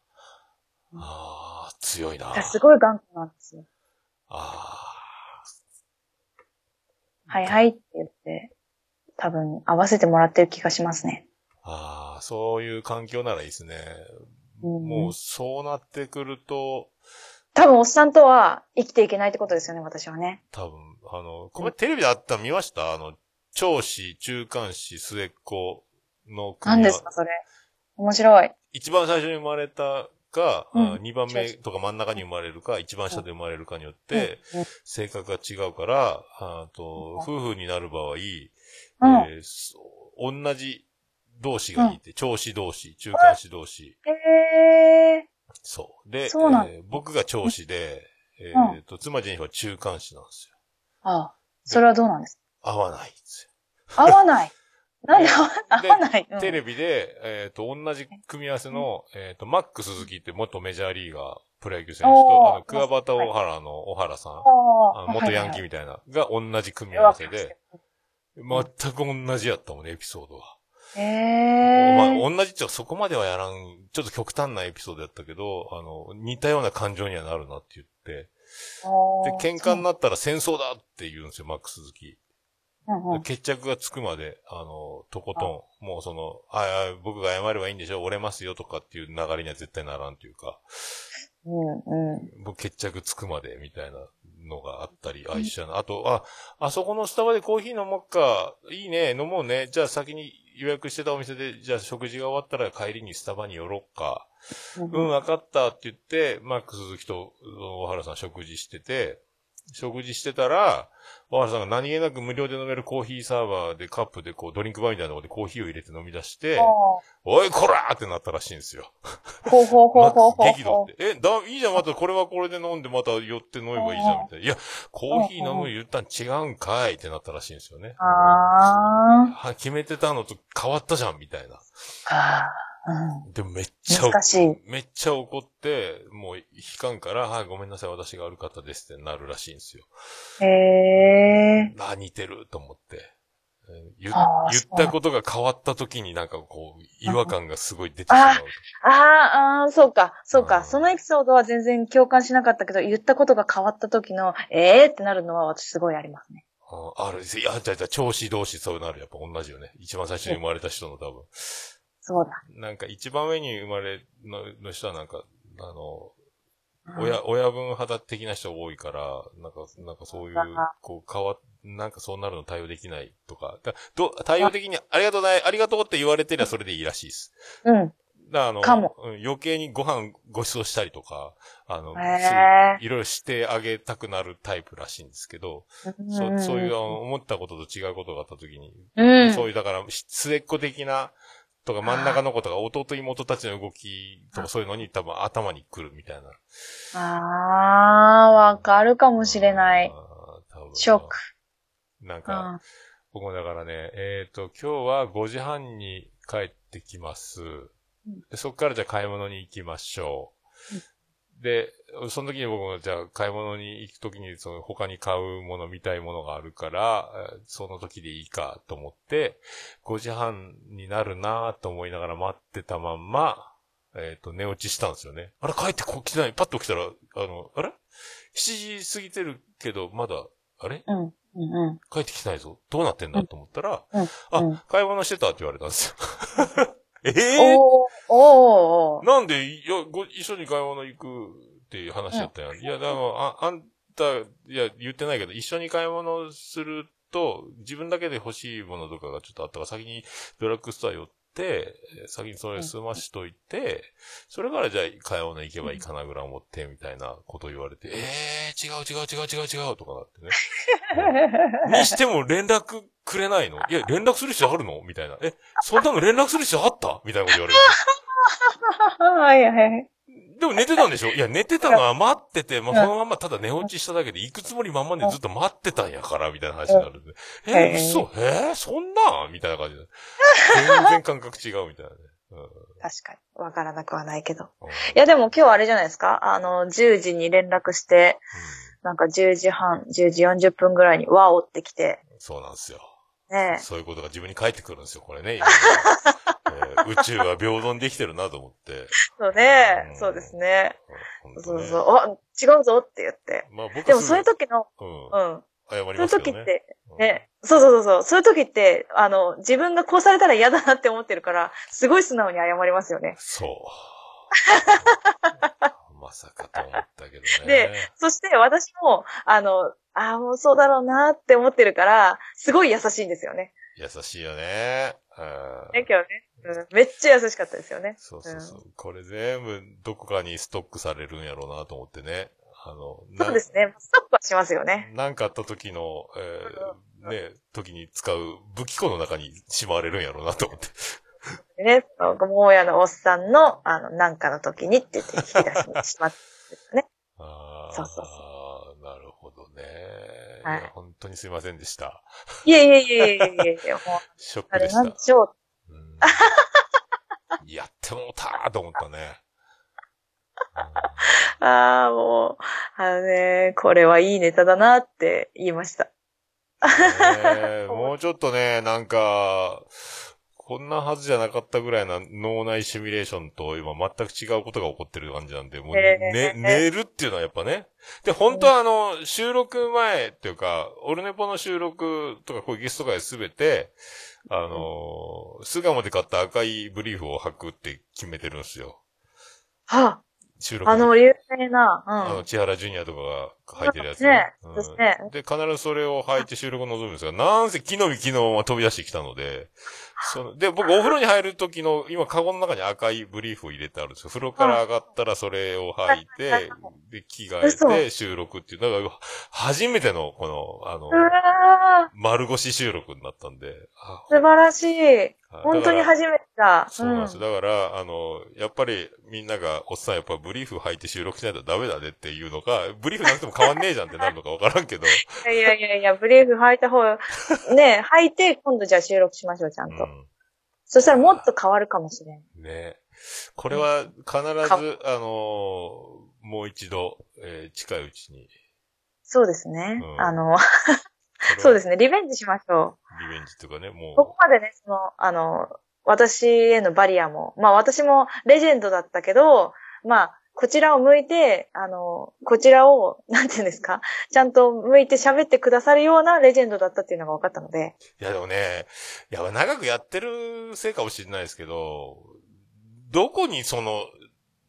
うんあー、強いな。すごい頑固なんですよ。あはいはいって言って、多分合わせてもらってる気がしますね。ーあー、そういう環境ならいいですね。うんもうそうなってくると、多分おっさんとは生きていけないってことですよね、私はね。多分、あの、これテレビであったの見ましたあの、長子、中間子、末っ子の何ですか、それ。面白い。一番最初に生まれたか、うんあ二番目とか真ん中に生まれるか、一番下で生まれるかによって、うん性格が違うから、あと、夫婦になる場合、うん。えーそう同じ同士がいて、長子同士、中間子同士、えそう。で、そうなんえー僕が長子で、えーと、妻ジェニファーは中間子なんですよ。ー、ああそれはどうなんです合わないんですか合わ ない。なんで合わで合わない、うんよ。テレビで、えっ、と、同じ組み合わせの、えっ、と、マック鈴木って元メジャーリーガー、プロ野球選手おーと、あの、クワバタ・オハラの小原さん、ああの元ヤンキーーみたいな、が同じ組み合わせで、。全く同じやったもんね、エピソードは。えまえー。あ、同じっちゃそこまではやらん、ちょっと極端なエピソードやったけど、あの、似たような感情にはなるなって言って、で、おー喧嘩になったら戦争だって言うんですよ、マックス鈴木。うんうん決着がつくまで、あの、とことん、もうその、ああ、僕が謝ればいいんでしょ折れますよとかっていう流れには絶対ならんというか、うんうん。もう決着つくまでみたいなのがあったり、あ、一緒やな。あと、あ、あそこのスタバでコーヒー飲もうか。いいね、飲もうね。じゃあ先に予約してたお店で、じゃあ食事が終わったら帰りにスタバに寄ろっか。ううんん、わかったって言って、マック鈴木と大原さん食事してて、食事してたら、大原さんが何気なく無料で飲めるコーヒーサーバーでカップでこうドリンクバーみたいなとこでコーヒーを入れて飲み出して、ほおいこらーってなったらしいんですよ。うほうほうほマうほうックほう。ス激怒って。え、だ、いいじゃん、またこれはこれで飲んでまた寄って飲めばいいじゃん、みたいな。いや、コーヒー飲む言ったん違うんかいってなったらしいんですよね。あは決めてたのと変わったじゃん、みたいな。ーあー。うんでもめっちゃ怒難しいめっちゃ怒って、もう引かんから、はい、ごめんなさい、私が悪かったですってなるらしいんですよ。へえ。あ、似てると思って。えー言あー言そうったことが変わった時になんかこう、違和感がすごい出てしあまうー。あーあー、そうか、そううんか。そのエピソードは全然共感しなかったけど、言ったことが変わった時の、ええー、ってなるのは私すごいありますね。あーあるいや、じゃあじゃあ調子同士そうなる。やっぱ同じよね。一番最初に生まれた人の多分。そうだ。なんか一番上に生まれのの人はなんか、あの、うん親、親分肌的な人が多いから、なんか、なんかそういうあー、こう、変わ、なんかそうなるの対応できないとか、だど対応的に、ありがとうない、ありがとうって言われてりゃそれでいいらしいです。うだん。からあの、かもうん余計にご飯ご馳走したりとか、あの、へーすぐいろいろしてあげたくなるタイプらしいんですけど、そそういうあの思ったことと違うことがあった時に、うん、そういう、だから、し末っ子的な、とか真ん中の子とか、弟妹たちの動きとか、そういうのに多分頭に来るみたいな。ああ、わかるかもしれない。あー。多分ショック。なんか、あ僕もだからね、えっ、と、今日は5時半に帰ってきます。でそっからじゃあ買い物に行きましょうう。で、その時に僕もじゃあ買い物に行く時にその他に買うもの見たいものがあるから、えーその時でいいかと思って、5時半になるなぁと思いながら待ってたまんま、えっ、と、寝落ちしたんですよね。あれ帰ってこ来てないパッと起きたら、あの、あれ ?7 時過ぎてるけど、まだ、あれうん、うん、うん。帰ってきてないぞ。どうなってんだと思ったら、うんあ、買い物してたって言われたんですよ。 ええおーおーおーなんで、いや、ご、一緒に買い物行くっていう話だったやん。いや、だから、あ、あんた、いや、言ってないけど、一緒に買い物すると、自分だけで欲しいものとかがちょっとあったから、先にドラッグストア寄って、えー先にそれ済ましといて、それからじゃあ、買い物行けばいいかなぐらい思って、みたいなこと言われて、えー、違う違う違う違う違うとかなってね。 にしても連絡くれないのいや、連絡する人あるのみたいな。え、そんなの連絡する人あったみたいなこと言われる。はいはい。でも寝てたんでしょいや、寝てたのは待ってて、まあ、そのままただ寝落ちしただけで、行くつもりまんまでずっと待ってたんやから、みたいな話になるんで。んえええ嘘えーそんなんみたいな感 じで。全然感覚違うみたいなね。うんうん確かに。わからなくはないけど。いやでも今日あれじゃないですかあの、10時に連絡して、なんか10時半、10時40分ぐらいにワオってきて、うんそうなんですよ。ねそういうことが自分に返ってくるんですよ、これね。今えー宇宙は平等にできてるなと思って。そうねうんそうですね。うんそうそう。。本あ、違うぞって言って当。ねまあ僕はでもそういう時の、すぐ、うんうん。謝りそういまうす時けどっね。て、ね、そうそうそうそう。そういう時って、あの、自分がこうされたら嫌だなって思ってるから、すごい素直に謝りますよね。 そう。まさかと思ったけどね。でそして私も、あの、ああ、もうそうだろうなって思ってるから、すごい優しいんですよね。優しいよね。うねん、今日ね、うん。めっちゃ優しかったですよね。そうそうそう。これ全部どこかにストックされるんやろうなと思ってね。あの、なそうですね。ストップはしますよね。なんかあった時の、えー、ね、時に使う武器庫の中にしまわれるんやろうなと思って。ね、そのもうやのおっさんの、あの、なんかの時にって言って引き出しにしまってね。ああ。そうそうなるほどね。はいいや本当にすいませんでした。いえいえいえいえいえいえ、もう、ショックあれでしなんでた。しょう。うんやってもうたーと思ったね。ああ、もう、あのね、これはいいネタだなって言いました。ねえもうちょっとね、なんか、こんなはずじゃなかったぐらいな脳内シミュレーションと今全く違うことが起こってる感じなんで、もう、えね、え寝るっていうのはやっぱね。で、本当はあの、収録前っていうか、オルネポの収録とかこういうゲスト会すべて、あのー、巣鴨で買った赤いブリーフを履くって決めてるんですよ。は収あ、録あの、有名あな、うの、ん。千千原ジュニアとかが履いてるやつそううんですねで、必ずそれを履いて収録を望むんですが、なんせ木の実昨日は飛び出してきたので、そので、僕お風呂に入る時の、今カゴの中に赤いブリーフを入れてあるんですよ。風呂から上がったらそれを履いはいはいては、で、着替えて収録っていう、だから、初めてのこの、あのう、わ丸腰収録になったんで、あー素晴らしい。あ本当にだから初めてだ。そうなんですうよ。んだから、あの、やっぱりみんなが、おっさんやっぱブリーフ履いて収録しないとダメだねっていうのか、ブリーフなくても変わんねえじゃんってなるのかわからん けど、いやいやいや、ブリーフ履いた方が、ね、 履いて、今度じゃあ収録しましょう、ちゃんと。うそしたらもっと変わるかもしれん。ん。ねこれは必かず、あのもう一度、えー近いうちに。そうですね。うん。あの、そうですすね。リベンジしましょリベンジとかね、う。ここもまでね、その、あの、私へのバリアも、まあ私もレジェンドだったけど、まあ、こちらを向いて、あの、こちらを、なんていうんですか、ちゃんと向いて喋ってくださるようなレジェンドだったっていうのが分かったので、う、いやでもね、いや長くやってるせいかもしれないですけど、どこにその、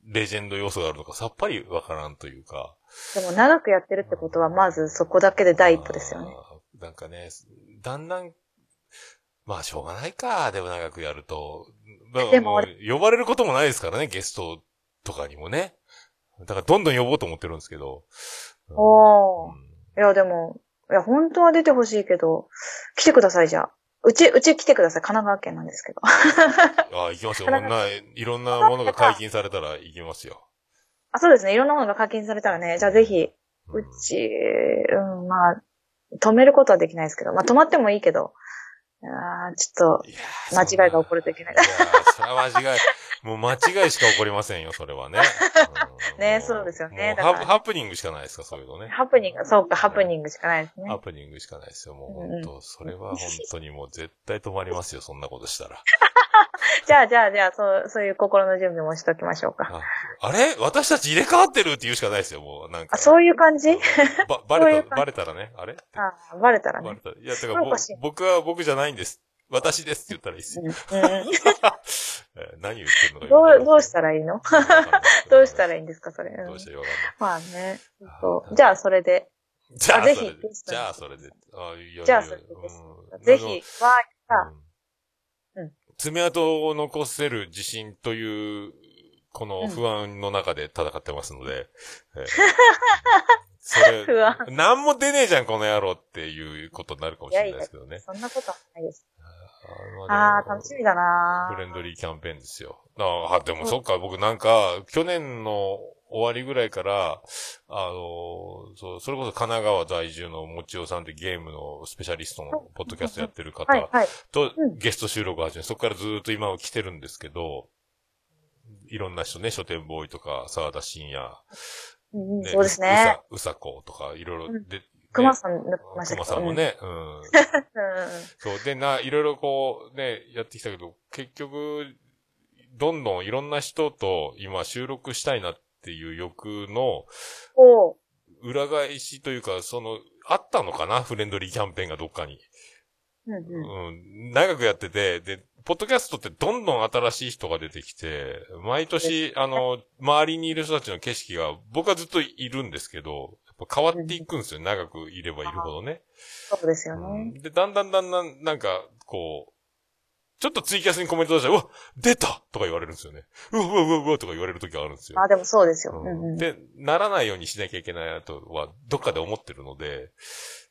レジェンド要素があるのかさっぱりわからんというか。でも長くやってるってことは、まずそこだけで第一歩ですよね。あー。なんかね、だんだん、まあしょうがないか、でも長くやると。まあでもう呼ばれることもないですからね、ゲストとかにもね。だからどんどん呼ぼうと思ってるんですけど。うんおーうんいや、でも、いや、本当は出てほしいけど、来てください、じゃあ。うち、うち来てください。神奈川県なんですけど。あー、行きますよ。こんな、いろんなものが解禁されたら行きますよ。あ、そうですね。いろんなものが課金されたらね、じゃあぜひ、ううんち、うん、まあ、止めることはできないですけど、まあ止まってもいいけど、あーちょっと、いや間ー違いが起こるといけないいやーそれは間違い。もう間違いしか起こりませんよ、それは ね。うんねそうですよねもうだからハプハプニングしかないですか、そういうのね。ハプニング、そうか、ハプニングしかないですハね。プニングしかないですよ。もううんう本ん当、それは本当にもう絶対止まり ますよ、そんなことしたら。じゃあ、じゃあ、じゃあ、そう、そういう心の準備もしときましょうか。ああれ私たち入れ替わってるって言うしかないですよ、もうなんか。あ、そういう感じあば、ばれそういうた、感じバレたらね、あれーバレたらバレね。たら。いや、だからそうぼかしら僕は僕じゃないんです。私ですって言ったらいいですうよ。んうんえー何言ってるのかよくわかんなどう、いどうしたらいいのどうしたらいいんですか、それ。どううんしたらいいわかんないまあねあー。そうじゃあ、それで、 じゃあ、あぜそひれでゲス。トじにゃあ、それで。あいやじゃあそれでゲスぜひ、わーい、さうんうん爪痕を残せる自信という、こうのん不安の中で戦ってますので。え ーそれ、不安なんも出ねえじゃん、この野郎っていうことになるかもしれないですけどね。そんなことはないです。ああー、楽しみだなフレンドリーキャンペーンですよ。ああ、でもそっか、僕なんか、去年の終わりぐらいから、あの、そう、それこそ神奈川在住のもちおさんってゲームのスペシャリストのポッドキャストやってる方はい、はい。とうんゲスト収録を始め、そこからずーっと今は来てるんですけど、いろんな人ね、書店ボーイとか、沢田信也、うんうん、そうですね。。うさうさことか、いろいろうんで、ね熊さん、なってました熊さんも。ね、うん、うんうんうんそう、で、な、いろいろこう、ね、やってきたけど、結局、どんどんいろんな人と今収録したいなっていう欲のおう裏返しというか、その、あったのかなフレンドリーキャンペーンがどっかに。うんううんん、長くやってて、で、ポッドキャストってどんどん新しい人が出てきて、毎年、あの、周りにいる人たちの景色が、僕はずっといるんですけど、やっぱ変わっていくんですよ。長くいればいるほどね。そうですようねん。で、だんだんだんだん、なんか、こう、ちょっとツイキャスにコメント出したら、うわ、出たとか言われるんですよね。うわ、うわ、うわ、うわ、とか言われる時があるんですよ。あ、でもそうですよ。ううんんうん。へで、ならないようにしなきゃいけないなとは、どっかで思ってるので、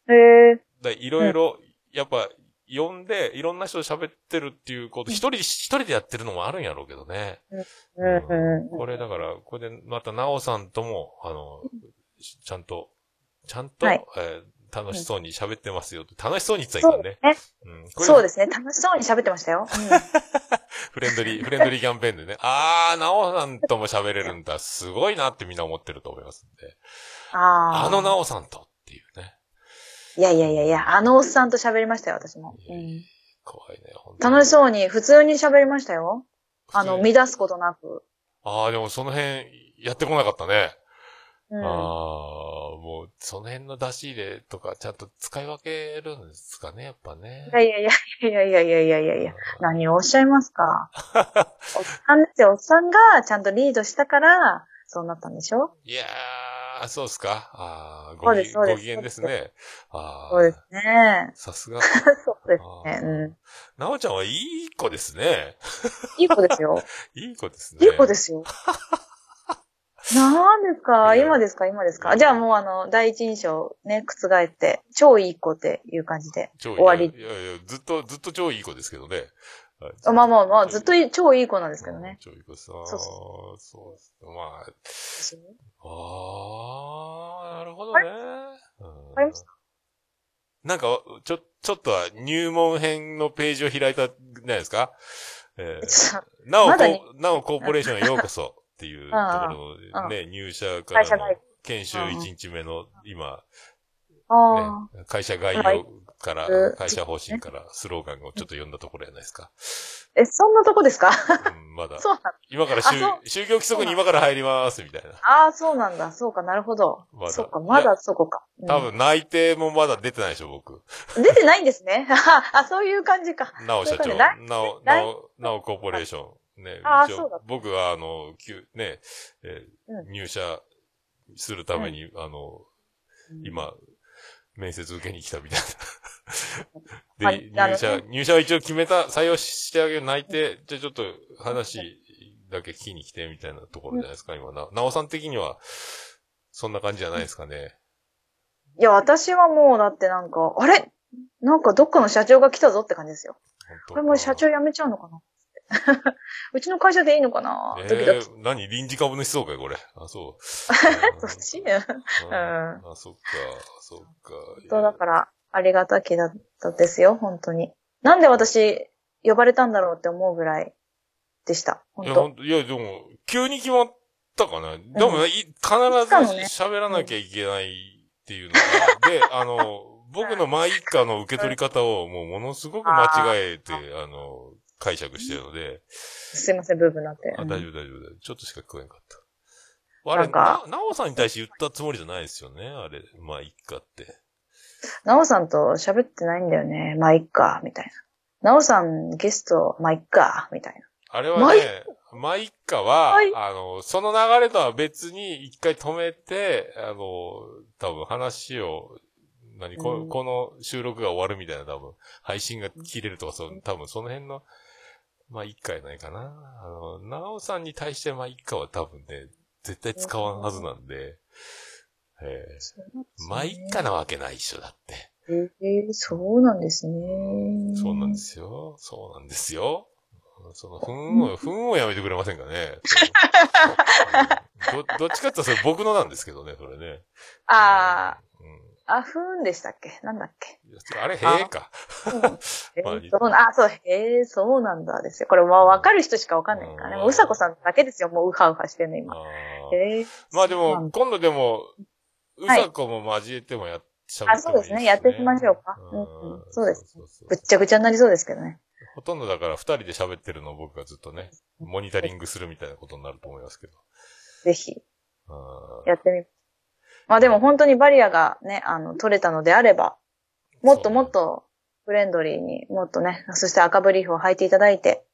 え。だいろいろ、やっぱ、呼んで、いろんな人と喋ってるっていうこと、一人、一人でやってるのもあるんやろうけどね。うんうんうん。これだから、これでまた、なおさんとも、あの、しちゃんと、ちゃんと、はいえー楽しそうに喋ってますよって、楽しそうに言ってたらそいかうねんで。すね。うんこれそうですね。楽しそうに喋ってましたよ。 フレンドリー、フレンドリーキャンペーン でね。あー、なおさんとも喋れるんだ。すごいなってみんな思ってると思いますんで。ああ。あのなおさんとっていうね。いやいやいやいや、あのおっさんと喋りましたよ、私も。うん怖いね、本当に楽しそうに、普通に喋りましたよ。あの、普通に乱すことなく。あー、でもその辺、やってこなかったね。うん。あー、もう、その辺の出し入れとか、ちゃんと使い分けるんですかね、やっぱねい。やいやいやいやいやいやいやいやいや。何をおっしゃいます か。おっさんですよ。おっさんがちゃんとリードしたから、そうなったんでしょいやー、そうっすか。あー、そごうで機すそうですご機嫌ですね。あー、そうですね。さ すが。そうですね。うなおちゃんはいい子ですね。ん。いい子ですよ。いい子ですね。いい子ですよ。 なんですかいや今ですか今ですかじゃあもうあの、第一印象ね、覆って、超いい子っていう感じで。超いい終わりいやいや、ずっと、ずっと超いい子ですけどね。はいあまあまあまあ、ずっといい超いい子なんですけどね。。超いい子です。そそううそうそうです。まわあ、あー、なるほどね。わかりました。なんか、ちょ、ちょっとは入門編のページを開いたじゃないですか。えーちょっとなお、まだこうなおコーポレーションへようこそっていうところのね、入社か会社ら外の研修1日目の今、あね、会社概はい要からう、ん会社方針からスローガンをちょっと読んだところやないです か。あ。え、そんなとこですか うん、まだ。そうなんだ。今からあ就そう就業規則に今から入ります、みたいな。ああ、そうなんだ。そうか、なるほど。まだそうか、まいやだそこか。うん多分内定もまだ出てないでしょ、僕。出てないんですね。 あ、そういう感じか。なお社そ長。ういうことねなお、内なお、なおコーポレーション。ね、あー一応そうだ僕は、あの、きゅね、えーう入社するために、あの、今、面接受けに来たみたいな。で、まあ入あ社、入社は一応決めた、採用してあげる内定、じゃあちょっと話だけ聞きに来てみたいなところじゃないですか、今な。なおさん的には、そんな感じじゃないですかね。いや、私はもう、だってなんか、あれなんかどっかの社長が来たぞって感じですよ。本当これもう社長辞めちゃうのかな うちの会社でいいのかなえドキドキ。ー、何臨時株主総会これ。あ、そう。 そっちううんん。あ、そっか、そっか。そうだから、ありがたきだったですよ、本当に。なんで私、呼ばれたんだろうって思うぐらいでした。い本や、当本当いや、でも、急に決まったかな。でもね、い必ずかもね喋らなきゃいけないっていうの が、で、あの、僕のマイカの受け取り方をもうものすごく間違えて、あの、解釈してるので、すいません、ブーブーなって。あうん大丈夫大丈夫大丈夫。ちょっとしか聞こえんかった。あれ、なんかな、なおさんに対して言ったつもりじゃないですよね、あれ、まあ、いっかって。なおさんと喋ってないんだよね。まあ、いっか、みたいな。なおさんゲスト、まあ、いっか、みたいな。あれはね、マイカは、はいあの、その流れとは別に一回止めて、あの、多分話を、何こ、うんこの収録が終わるみたいな多分、配信が切れるとか、そう多分その辺の、まあ一回ないかな。あの、なおさんに対してまあ一回は多分ね、絶対使わんはずなんで、えー、まあ一回なわけないっしょ、だって。ええそうなんですね。そうなんで。すよ。そうなんですよ。その、ふーんを、ふーんをやめてくれませんか ね。そのうんど、どっちかって言ったらそれ僕のなんですけどね、それね。あうんあ、あふーんでしたっけなんだっけいやあれ、へえか。えまあーそうな、あ、そう、へえ、そうなんだですよ。これもうわかる人しかわかんないからうんね。もううさこさんだけですよ。もううはうはしてんの、今。あーへえ。まあでそうなんも、だ今度でも、うはいさこも交えてもやっちゃあそうですねやっていきましょうかうんうんそうですねぐっちゃぐちゃになりそうですけどね。ほとんどだから二人で喋ってるのを僕がずっとね、モニタリングするみたいなことになると思いますけど。ぜひ、うんやってみます。まあでも本当にバリアがね、あの、取れたのであれば、もっともっとフレンドリーに、もっとね、そして赤ブリーフを履いていただいて、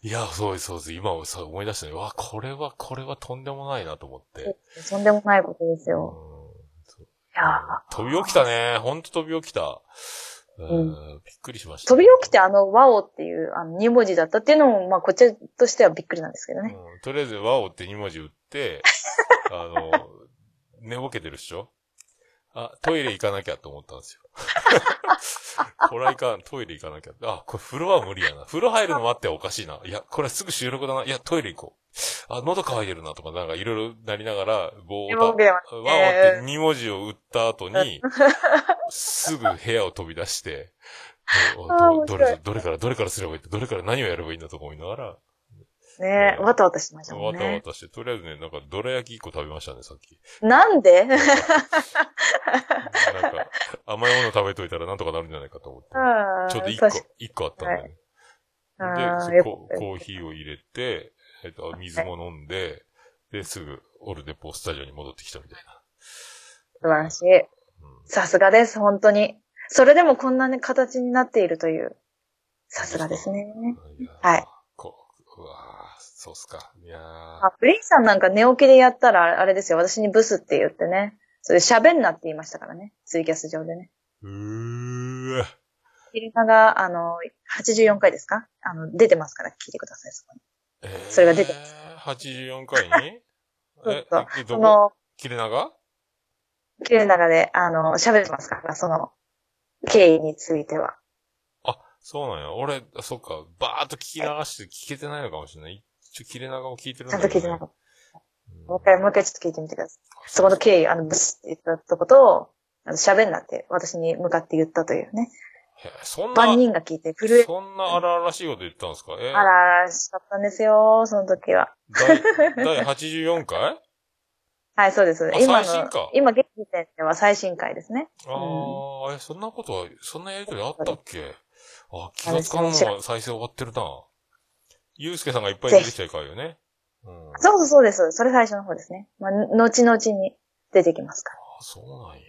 いや、そうです、そうです。今さ、思い出したね。うわ、これは、これはとんでもないなと思って。とんでもないことですうんよ。いやー飛び起きたね。ほんと飛び起きた。う、うんびっくりしました。飛び起きてあの、ワオっていう、あの、2文字だったっていうのも、まあ、こっちとしてはびっくりなんですけどね。うんとりあえず、ワオって2文字打っ て、あの、寝ぼけてるっしょあ、トイレ行かなきゃと思ったんですよ。 これはいかん、トイレ行かなきゃ。あ、これ風呂は無理やな。風呂入るの待ってはおかしいな。いや、これはすぐ収録だな。いや、トイレ行こう。あ、喉乾いてるなとか、なんかいろいろなりながら、ぼーっとでもでもワオって2文字を打った後に、すぐ部屋を飛び出して、ど あーど面ど白いれ、どれから、どれからすればいいんだ、どれから何をやればいいんだとか思いながら、ねうんわたわたしましたもわんたわね。たして、とりあえずね、なんか、どら焼き1個食べましたね、さっき。なんで うん。なんか、甘いもの食べといたらなんとかなるんじゃないかと思って。ちょうど1確か個、一個あったんだよね。あーでよかこったコーヒーを入れて、えっと、水も飲んで、で、すぐ、オルデポスタジオに戻ってきたみたいな。素晴らしい。うんさすがです、本当に。それでもこんなね、形になっているという。さすがですね。やーはい。こう、うわーそうっすか。いやーあ、フリーさんなんか寝起きでやったら、あれですよ、私にブスって言ってね。それで喋んなって言いましたからね。ツイキャス上でね。うーわ。キリナが、あの、84回ですかあの、出てますから聞いてください、そこに。えーそれが出てま84回に そうえそう、えそどこの、切れ長キリナがで、あの、喋ってますから、その、経緯については。あ、そうなんや。俺、そっか、バーっと聞き流して聞けてないのかもしれない。一応切れ長を聞いてるんちゃだんけとど、聞いてなかった。もう一うん回、もう一回ちょっと聞いてみてください。そこの経緯、あの、ブスって言ったとことを、あの喋んなって、私に向かって言ったというね。へーそんな万、人が聞いて震え、そんな荒々しいこと言ったんですかえーあらあらしかったんですよ、その時は。第、第84回はい、そうです。あ今最新かの、今現時点では最新回ですね。ああ、え、そんなことは、そんなやりとりあったっけあ、気あがれつかんの知らは再生終わってるな。ゆうすけさんがいっぱい出てきちゃいかんよね。うん。あ、そうそうそうです。それ最初の方ですね。まあ、後々に出てきますから。そうなんや。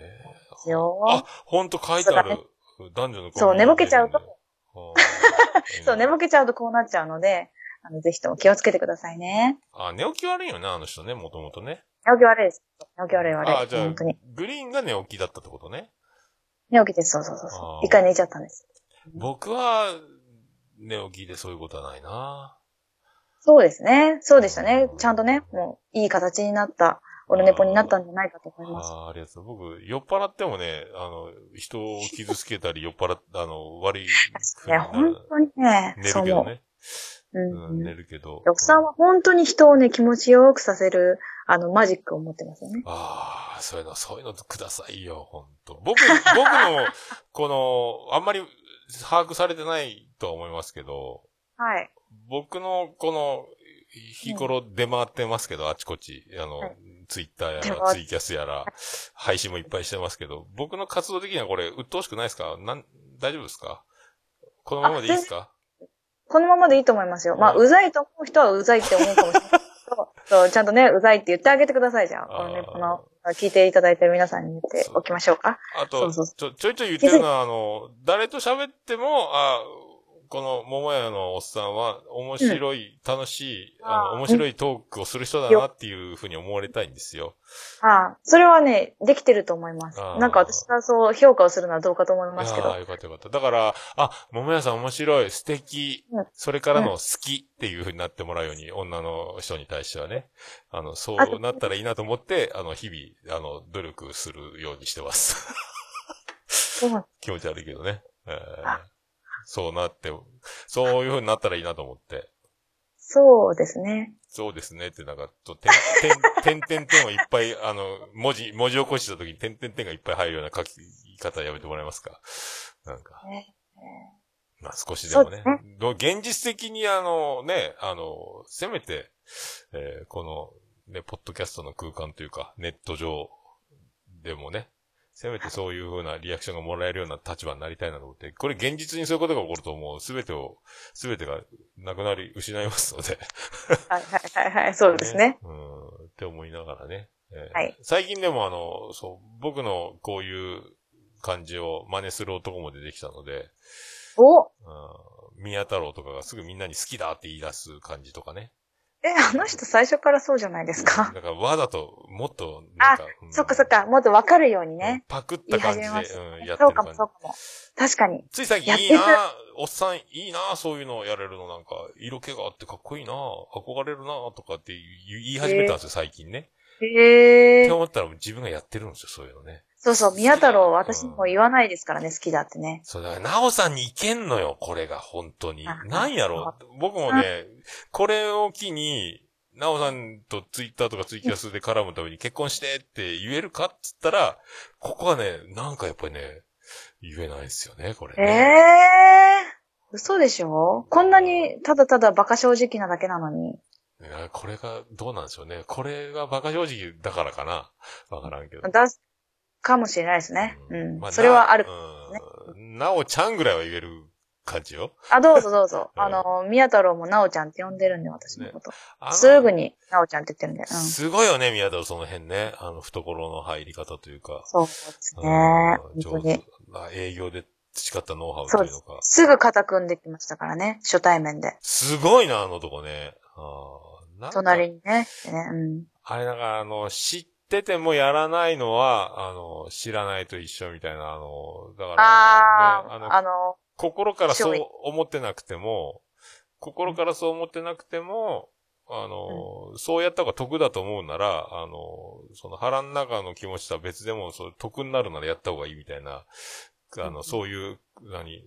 えですよあ、ほんと書いてあるさ。男女のそう寝ぼけちゃう とそう、寝ぼけ。けちゃうとこうなっちゃうので、あの、ぜひとも気をつけてくださいね。あ、寝起き悪いよね、あの人ね、もともとね。寝起き悪いです。寝起き悪い悪い。あ、じゃあ本当に。、グリーンが寝起きだったってことね。寝起きです。そうそうそうあそーう。一回寝ちゃったんです。僕は、寝起きでそういうことはないな。そうですね。そうでしたね。ちゃんとね、もう、いい形になった、オルネポになったんじゃないかと思います。ああ、ありがとう。僕、酔っ払ってもね、あの、人を傷つけたり、酔っ払っ、あの、悪い風ね、になる。本当に ね、寝そるうけど思ね。う。ううんん、うん寝るけど。奥さんは本当に人をね、気持ちよくさせる、あの、マジックを持ってますよね。ああ、そういうの、そういうのくださいよ、本当僕、僕の、この、あんまり把握されてないとは思いますけど、はい。僕の、この、日頃出回ってますけど、あちこち、あの、はいツイッター出やら、回っツイキャスやら、配信もいっぱいしてますけど、僕の活動的にはこれ、鬱陶しくないですかなん、大丈夫ですかこのままでいいですかこのままでいいと思いますよ。まあ、うんうざいと思う人はうざいって思うかもしれないけ ど。そうちゃんとね、うざいって言ってあげてください、じゃあ。あーこのね、この、聞いていただいてる皆さんに言っておきましょうか。あそとうそうそ ちょ、ちょいちょい言ってるのは、あの、誰と喋っても、あこの桃屋のおっさんは、面白い、楽しい、あの、面白いトークをする人だなっていうふうに思われたいんですよ。ああ、それはね、できてると思いますああ。なんか私がそう評価をするのはどうかと思いますけああ、ど。よかったよかった。だから、あ、桃屋さん面白い、素敵うん、それからの好きっていうふうになってもらうように、女の人に対してはね、あの、そあとうなったらいいなと思って、あの、日々、あの、努力するようにしてます。 うん気持ち悪いけどね。えーあそうなって、そういうふうになったらいいなと思って。そうですね。そうですねって、なんか、と、てん、てん、 てんてんてんをいっぱい、あの、文字、文字起こした時にてんてんてんがいっぱい入るような書き方やめてもらえますかなんか。ねまあ少しでもそうでねすね。どう現実的にあのね、あの、せめて、えーこの、ね、ポッドキャストの空間というか、ネット上でもね、せめてそういう風なリアクションがもらえるような立場になりたいなと思って、これ現実にそういうことが起こるともう全てを、全てがなくなり、失いますので。はいはいはいはい、そうですね。。うん、って思いながらね。えーはい最近でもあの、そう、僕のこういう感じを真似する男も出てきたので、おうん宮太郎とかがすぐみんなに好きだって言い出す感じとかね。え、あの人最初からそうじゃないですだか。からわざともっとなんか、うんそっかそっか、もっとわかるようにうんね。パクった言い感始じで、めうん、まやっす。てるそうかも感そうじ。かも。確かに。つい最近やっいているなおっさんいいなそういうのをやれるのなんか、色気があってかっこいいな憧れるなとかって言い言い始めたんですよ、最近ね。っへてえ。思ったら自分がやってるんですよ、そういうのね。そうそう、宮太郎は好きだ私にも言わないですからね、好きだってね。そうだから、なおさんにいけんのよ、これが、本当にあ。なんやろ僕もね、これを機に、なおさんとツイッターとかツイキャスで絡むために結婚してって言えるかっつったら、ここはね、なんかやっぱりね、言えないですよね、これえね。え。嘘でしょこんなにただただ馬鹿正直なだけなのに。いやこれが、どうなんでしょうね。これが馬鹿正直だからかな。わからんけど。出すかもしれないですね。ううんん。まあそれはある。ねうんなおちゃんぐらいは言える感じよ。あ、どうぞどうぞ。うんあの、宮太郎もなおちゃんって呼んでるんで、私のこと。あのすぐになおちゃんって言ってるんで。うん。すごいよね、宮田その辺ね。あの、懐の入り方というか。そうですね。うん本当上に手。。な営業で培ったノウハウというのか。すぐ肩組んできましたからね、初対面で。すごいな、あのとこね。あーなんか隣にね。来てねうん。あれなんか、あの、知っててもやらないのは、あの、知らないと一緒みたいな、あの、だから、あねあ、あの、心からそ勝う利思ってなくても、心からそう思ってなくても、あの、そうやった方が得だと思うなら、あの、その腹の中の気持ちとは別でも、そう得になるならやった方がいいみたいな、あうの、んそういう、何、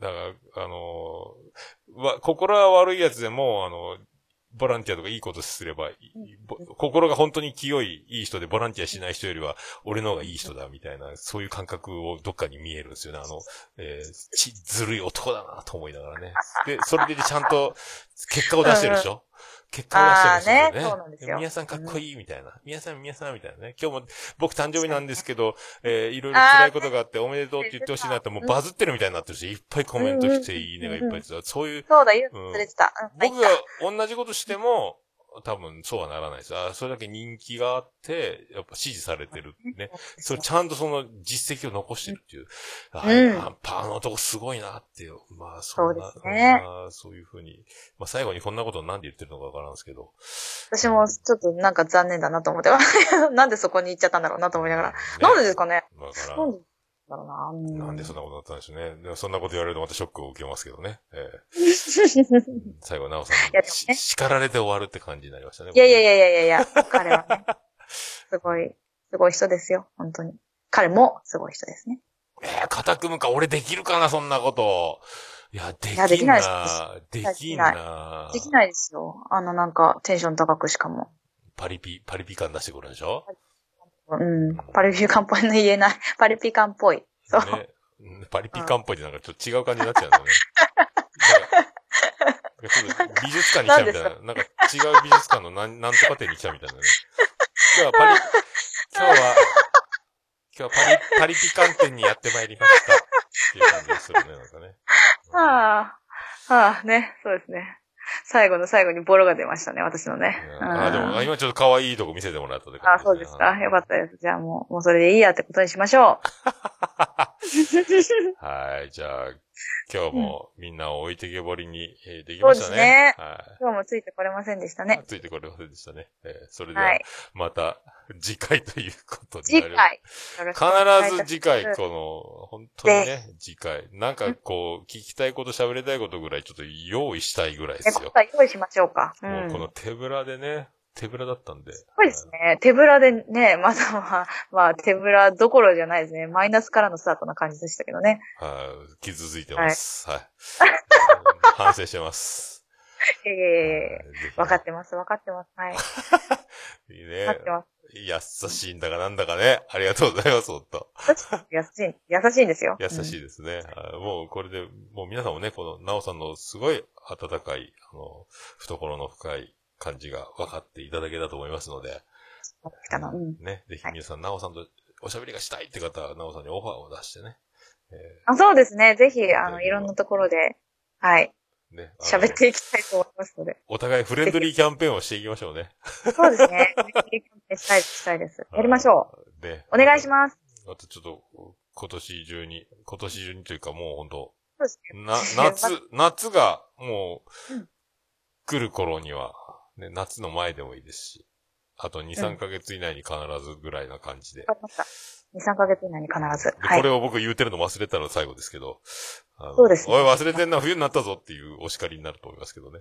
だから、あの、わ、心は悪いやつでも、あの、ボランティアとかいいことすれば、いぼ心が本当に清い、いい人でボランティアしない人よりは、俺の方がいい人だ、みたいな、そういう感覚をどっかに見えるんですよね。あの、えーち、ずるい男だなと思いながらね。で、それでちゃんと結果を出してるでしょ結果を出してるんですよね。あーねそうなんですよ皆さんかっこいいみたいな。皆さん、皆さんみたいなね。今日も僕誕生日なんですけど、えーいろいろ辛いことがあっておめでとうって言ってほしいなって、もうバズってるみたいになってるし、いっぱいコメント来て、いいねがいっぱい来て、そういう、そうだ、言ううんの忘れてた。うん。僕まがあいっか同じことしても、多分そうはならないです。あーそれだけ人気があって、やっぱ支持されてるね。それちゃんとその実績を残してるっていう。あうんあパーのとこすごいなっていう。まあそんな、そうですねまあそういうふうに。まあ最後にこんなことをなんで言ってるのかわからんすけど。私もちょっとなんか残念だなと思って、 なんでそこに行っちゃったんだろうなと思いながら。なんでですかねわかならんん。でだろうな。うんなんでそんなことになったんでしょうね。でもそんなこと言われるとまたショックを受けますけどね。ええうん最後、なおさんやにでもし、ね叱られて終わるって感じになりましたね。 いやいやいやいやいやいや、彼 はね、すごい、すごい人ですよ、本当に。彼もすごい人ですね。えー、肩組むか、俺できるかな、そんなこと。いや、できんな。やできないででききんないな。できないですよ。あのなんかテンション高くしかも。パリピ、パリピ感出してくるんでしょうん。パリピカンっぽいの言えない。 パリピカンっぽい。そう。ねうんパリピ感っぽいってなんかちょっと違う感じになっちゃうんだよね。なんかなんかちょっと美術館に来たみたいな。なんか違う美術館のなんなんとか店に来たみたいなね。今日はパリ、今日は、今日はパリ、パリピ館店にやってまいりました。っていう感じがするね、なんかね。は あ、はあ、ね、そうですね。最後の最後にボロが出ましたね、私のね。うんあ、でも、今ちょっと可愛いとこ見せてもらったで、 あ、そうですか。よかったです。じゃあもう、もうそれでいいやってことにしましょう。はい。じゃあ、今日もみんなを置いてけぼりに、えーできましたね。そうですねはい。今日もついてこれませんでしたね。ついてこれませんでしたね。えーそれでは、はい。また次回ということに次なります。回。よろしくお願いいたし必ず次回、この、本当にね、次回。なんかこう、聞きたいこと喋りたいことぐらい、ちょっと用意したいぐらいでますす。ねよ。今回用意しましょうか。うもん。うすこの手ぶらでね、手ぶらだったんで。すごいですね。手ぶらでね、まだまあ、まあ、手ぶらどころじゃないですね。マイナスからのスタートな感じでしたけどね。はい、傷ついてます。はい。 反省してます。ええわ分かってます、分かってます。はい。て。いい分かってます。ね。優しいんだかなんだかね。ありがとうございます、ほんと。優しい、優しいんですよ。優しいですね。はいもうこれで、もう皆さんもね、この、なおさんのすごい温かい、あの、懐の深い感じが分かっていただけたと思いますので、うん。あのうんね、ぜひ皆さん、なおさんとおしゃべりがしたいって方は、なおさんにオファーを出してね。えあそうですね。ぜひ、あうの、んいろんなところで、はい。ーね。あの喋っていきたいと思いますので。お互いフレンドリーキャンペーンをしていきましょうね。そうですね。したいです、したいです。やりましょう。で、う。お願いします。あとちょっと、今年中に、今年中にというかもう本当そうですね。 な、夏、夏がもう、うん来る頃には、ね、夏の前でもいいですし、あと2、うん3ヶ月以内に必ずぐらいな感じで。わかりました。2、3ヶ月以内に必ず。ではこいれ。を僕言うてるの忘れたの最後ですけど、あのそうですねおい忘れてんな、冬になったぞっていうお叱りになると思いますけどね。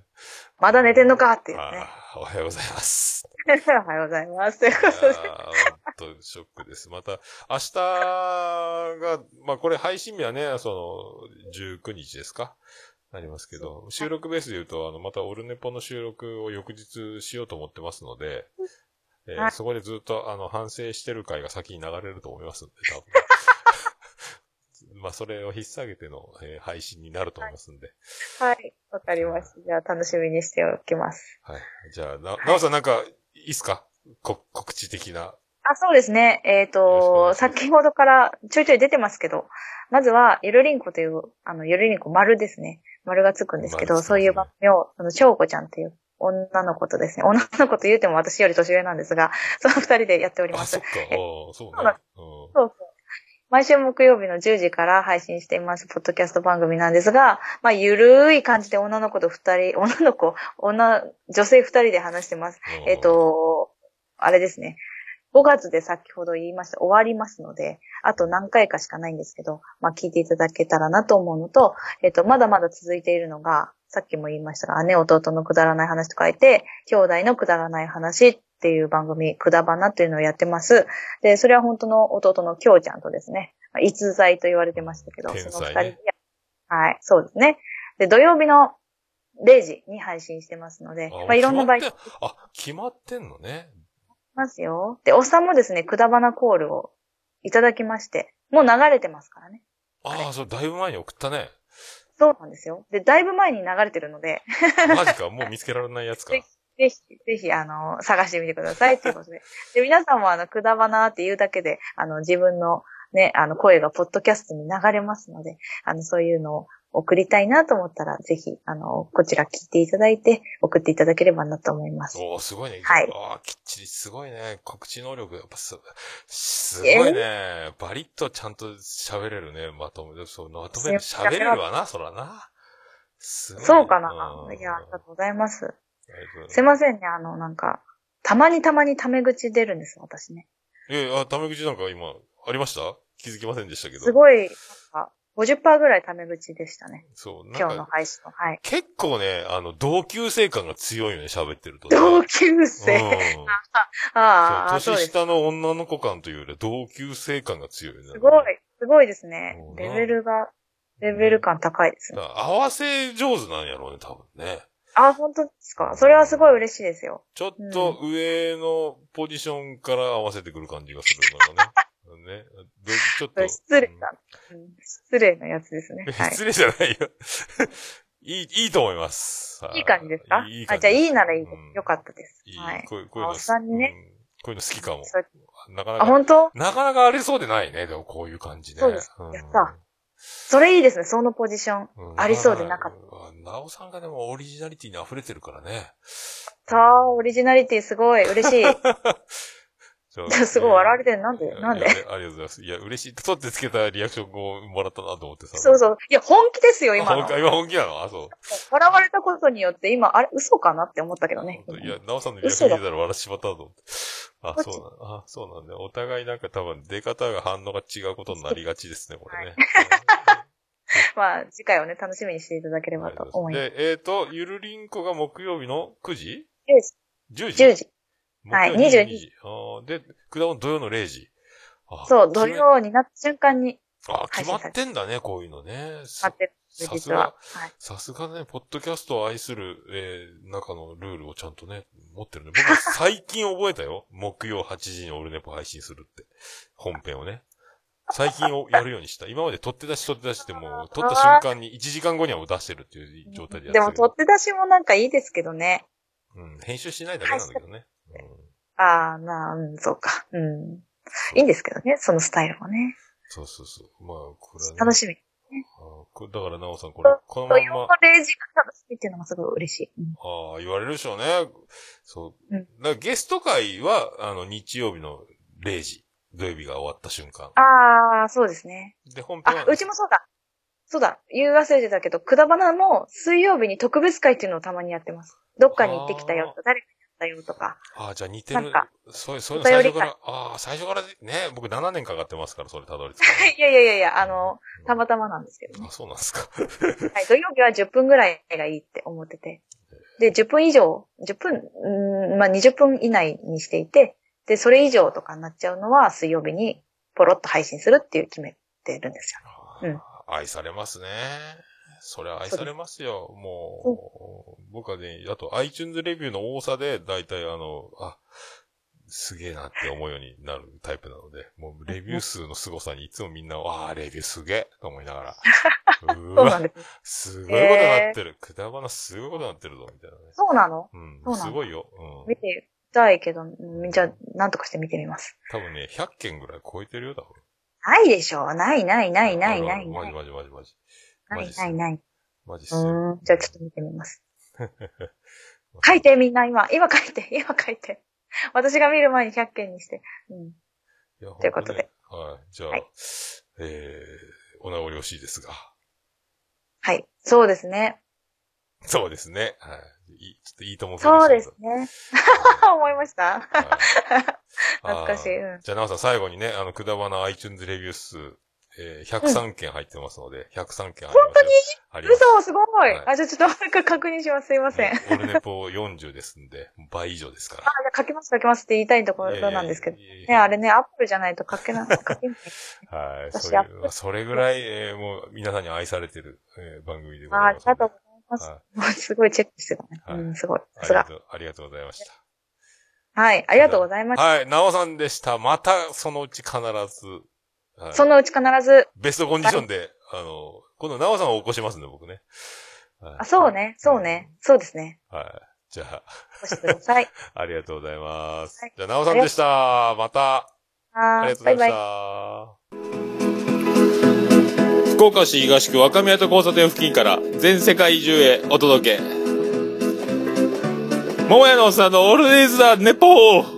まだ寝てんのかっていうね。あーおはようございます。 おはようございます。ということで。あー本当にショックです。また、明日が、まあこれ配信日はね、その、19日ですかなりますけど、収録ベースで言うと、あの、またオルネポの収録を翌日しようと思ってますので、えーはいそこでずっと、あの、反省してる回が先に流れると思い ますんで、多 分。まあ、それを引っ提げての、えー配信になると思いますんで。 はい。わかりました。じゃあ楽しみにしておきます。はい。じゃあ、な、なおさんなんか、いいっすかこ告知的な。あ、そうですね。えっ、よろと、しくお願いします先ほどからちょいちょい出てますけど、まずは、ゆるりんこという、あの、ゆるりんこ丸ですね。丸がつくんですけど、丸つきますそねういう番組を、その、しょうこちゃんっていう女の子とですね、女の子と言うても私より年上なんですが、 その二人でやっておりまあ、すそっ。か。あーそうそうねだ。うんそうそう。毎週木曜日の10時から配信しています、ポッドキャスト番組なんですが、まあ、ゆるい感じで女の子と二人、女の子、女、女性二人で話してます。えっ、、と、あれですね。5月で先ほど言いました、終わりますので、あと何回かしかないんですけど、まあ聞いていただけたらなと思うのと、えっと、まだまだ続いているのが、さっきも言いましたが、姉弟のくだらない話と書いて、兄弟のくだらない話っていう番組、くだばなというのをやってます。で、それは本当の弟のきょうちゃんとですね、まあ逸材と言われてましたけど、天才ねその二人で、はい、そうですね。で、土曜日の0時に配信してますので、あまあいろんな場合、決まってあ、決まってんのね。ますよ。で、おっさんもですね、くだばなコールをいただきまして、もう流れてますからね。ああ、そう、だいぶ前に送った ね。そうなんですよ。で、だいぶ前に流れてるので、マジか、もう見つけられないやつか。ぜひ、ぜひ、あの、探してみてくださいということで。で、皆さんもあの、くだばなって言うだけで、あの、自分のね、あの、声がポッドキャストに流れますので、あの、そういうのを送りたいなと思ったら、ぜひ、あの、こちら聞いていただいて、送っていただければなと思います。おおすごいね。はいああ、きっちり、すごいね。告知能力、やっぱす、すごいね。バリッとちゃんと喋れるね。まとめ、そう、まとめる、すいま喋せんれるわな、そらな。すごいねそうかないや、ありがとうございます。すいませんね、あの、なんか、たまにたまにタメ口出るんです、私ね。え、あ、タメ口なんか今、ありました気づきませんでしたけど。すごい、なんか、50%ぐらいタメ口でしたね。そう、な今日んのか、配信の。はい。結構ね、あの、同級生感が強いよね、喋ってるとね。同級生。うんああ、そそうう年です。下の女の子感というよりは同級生感が強いよね。すごい、すごいですねうん。レベルが、レベル感高いですだね。から合わせ上手なんやろうね、多分ね。ああ、本当ですか。それはすごい嬉しいですよ。ちょっと上のポジションから合わせてくる感じがするのがね。 ね。どちょっそと。れ失礼うんだ。うん失礼なやつですね。は い。失礼じゃないよ。いい、いいと思います。はいい感じですかいいあ、感じゃあいいならいいですうん。よかったですい。いはい。こういうこういうの。あおっさんにねうんこういうの好きかも。そうなかなあ、か。本当なかなかありそうでないね、でもこういう感じね。そうですんやったそれいいですね、そのポジション。うんありそうでなかっうんなおさんがでもオリジナリティに溢れてるからね。さあ、オリジナリティすごい、嬉しい。ちょっや すごい笑われてる。なんでいやなん いでやあり がとうございます。いや、嬉しい。取ってつけたリアクションをもらったなと思ってさ。そうそう。いや、本気ですよ、あ今の本。気今本気なのあ、そ笑われたことによって、今、あれ、嘘かなって思ったけどね。う。いや、なおさんのリアクション見てたら笑ってしまったなと思って。あ、そうなんあ、そうなんだよ。お互いなんか多分出方が反応が違うことになりがちですね、これね。まあ、次回をね、楽しみにしていただければと思います。で、えっ、と、ゆるりんこが木曜日の9時 ?10 時10時。はい木曜日22時。あーで、くだもん土曜の0時。あそう、土。決め曜になった瞬間にあ、決まってんだね、こういうのね。待ってる、さす実がは。はい。さすがね、ポッドキャストを愛する、えー、中のルールをちゃんとね、持ってるね。僕、最近覚えた よ。木曜8時にオルネポ配信するって。本編をね。最近をやるようにした。今まで取って出し取って出しってもう、取った瞬間に1時間後にはもう出してるっていう状態でやってでたも、けど取って出しもなんかいいですけどね。うん、編集しないだけなんだけどね。うんああ、なあ、うん、そうか。うん。いいんですけどね、そのスタイルもね。そうそうそう。まあ、これはね。楽しみ。あーこだから、なおさん、これ、このま土ん曜まの、0時が楽しみっていうのがすごい嬉しい。うんああ、言われるでしょうね。そう。うんだからゲスト会は、あの、日曜日の0時。土曜日が終わった瞬間。ああ、そうですね。で、本編はあ、、うちもそうだ。そうだ。言う忘れてたけど、くだばなも水曜日に特別会っていうのをたまにやってます。どっかに行ってきたよとか、誰かに会ったよとか。ああ、じゃあ似てる。なんかそう、そういうおの最便初かり会ら、ああ、最初からね、僕7年かかってますから、それたどり着くの。いやいやいやいや、あの、たまたまなんですけどね。あ、そうなんですか。はい、土曜日は10分ぐらいがいいって思ってて。で、10分以上、10分、うーんまあ、20分以内にしていて、で、それ以上とかになっちゃうのは水曜日にポロッと配信するっていう決めてるんですよ。あうんー愛されますね。それは愛されますよ。もう、僕はね、あと iTunes レビューの多さで、だいたいあの、あ、すげえなって思うようになるタイプなので、もうレビュー数の凄さにいつもみ んな、わあ、レビューすげえと思いながら、うそうなんわ、です。すごいことになってる。くだばなすごいことになってるぞ、みたいなね。そうなのうそん、うなんだすごいよ。う見ん。てみたいけど、うんじゃあ、なんとかして見てみます。多分ね、100件ぐらい超えてるよ、多分。ないでしょう。ないないないないなあいのマなジマジい。マジマジ。なマジいっすないよ。ない。マジっうすよ。ーん。じゃあちょっと見てみ ます。書いてみんな今。今書いて。 今書いて。私が見る前に100件にして。うん。いやということで。本当ねはい。じゃあ、はいえー、お名残惜しいですが。 はい。そうですね。そうですね。はい。いいちょっといいと思そうですね。 思いました。はい 懐かしい。あうんー。じゃあ、なおさん、最後にね、あの、くだばな iTunes レビュー数、えー、103件入ってますので、103件入りますよ。本当にあります。嘘すごい、はいあ、じゃあちょっと早く確認します。すいません。あ、じねオルネポ40ですんで、倍以上ですかゃあ書きます書きますって言いたいところなんですけど。いやいやいやいやね、あれね、アップルじゃないと書けな、書けない。ら。はい。私そういうまあそれぐらい、えー、もう、皆さんに愛されてる、えー、番組でごあ、ざいあまりすので。がとうございはます。もうすごいチェックしてたね。はいうん、すごい。さいすあがり。がとうありがとうございました。はい、ありがとうございました。はい、なおさんでした。また、そのうち必ず、はい、そのうち必ず、ベストコンディションで、あの、今度なおさんを起こしますね、僕ね。はいあ、そう。ね、そうね、そうですね。はい。じゃお越してください。あ、ありがとうございます。はいじゃあ、なおさんでした。また、 あはりがとーうごいバざイいまバしイた。。福岡市東区若宮と交差点付近から全世界中へお届け。桃屋のおっさんのオールディーズ・ザ・ネポー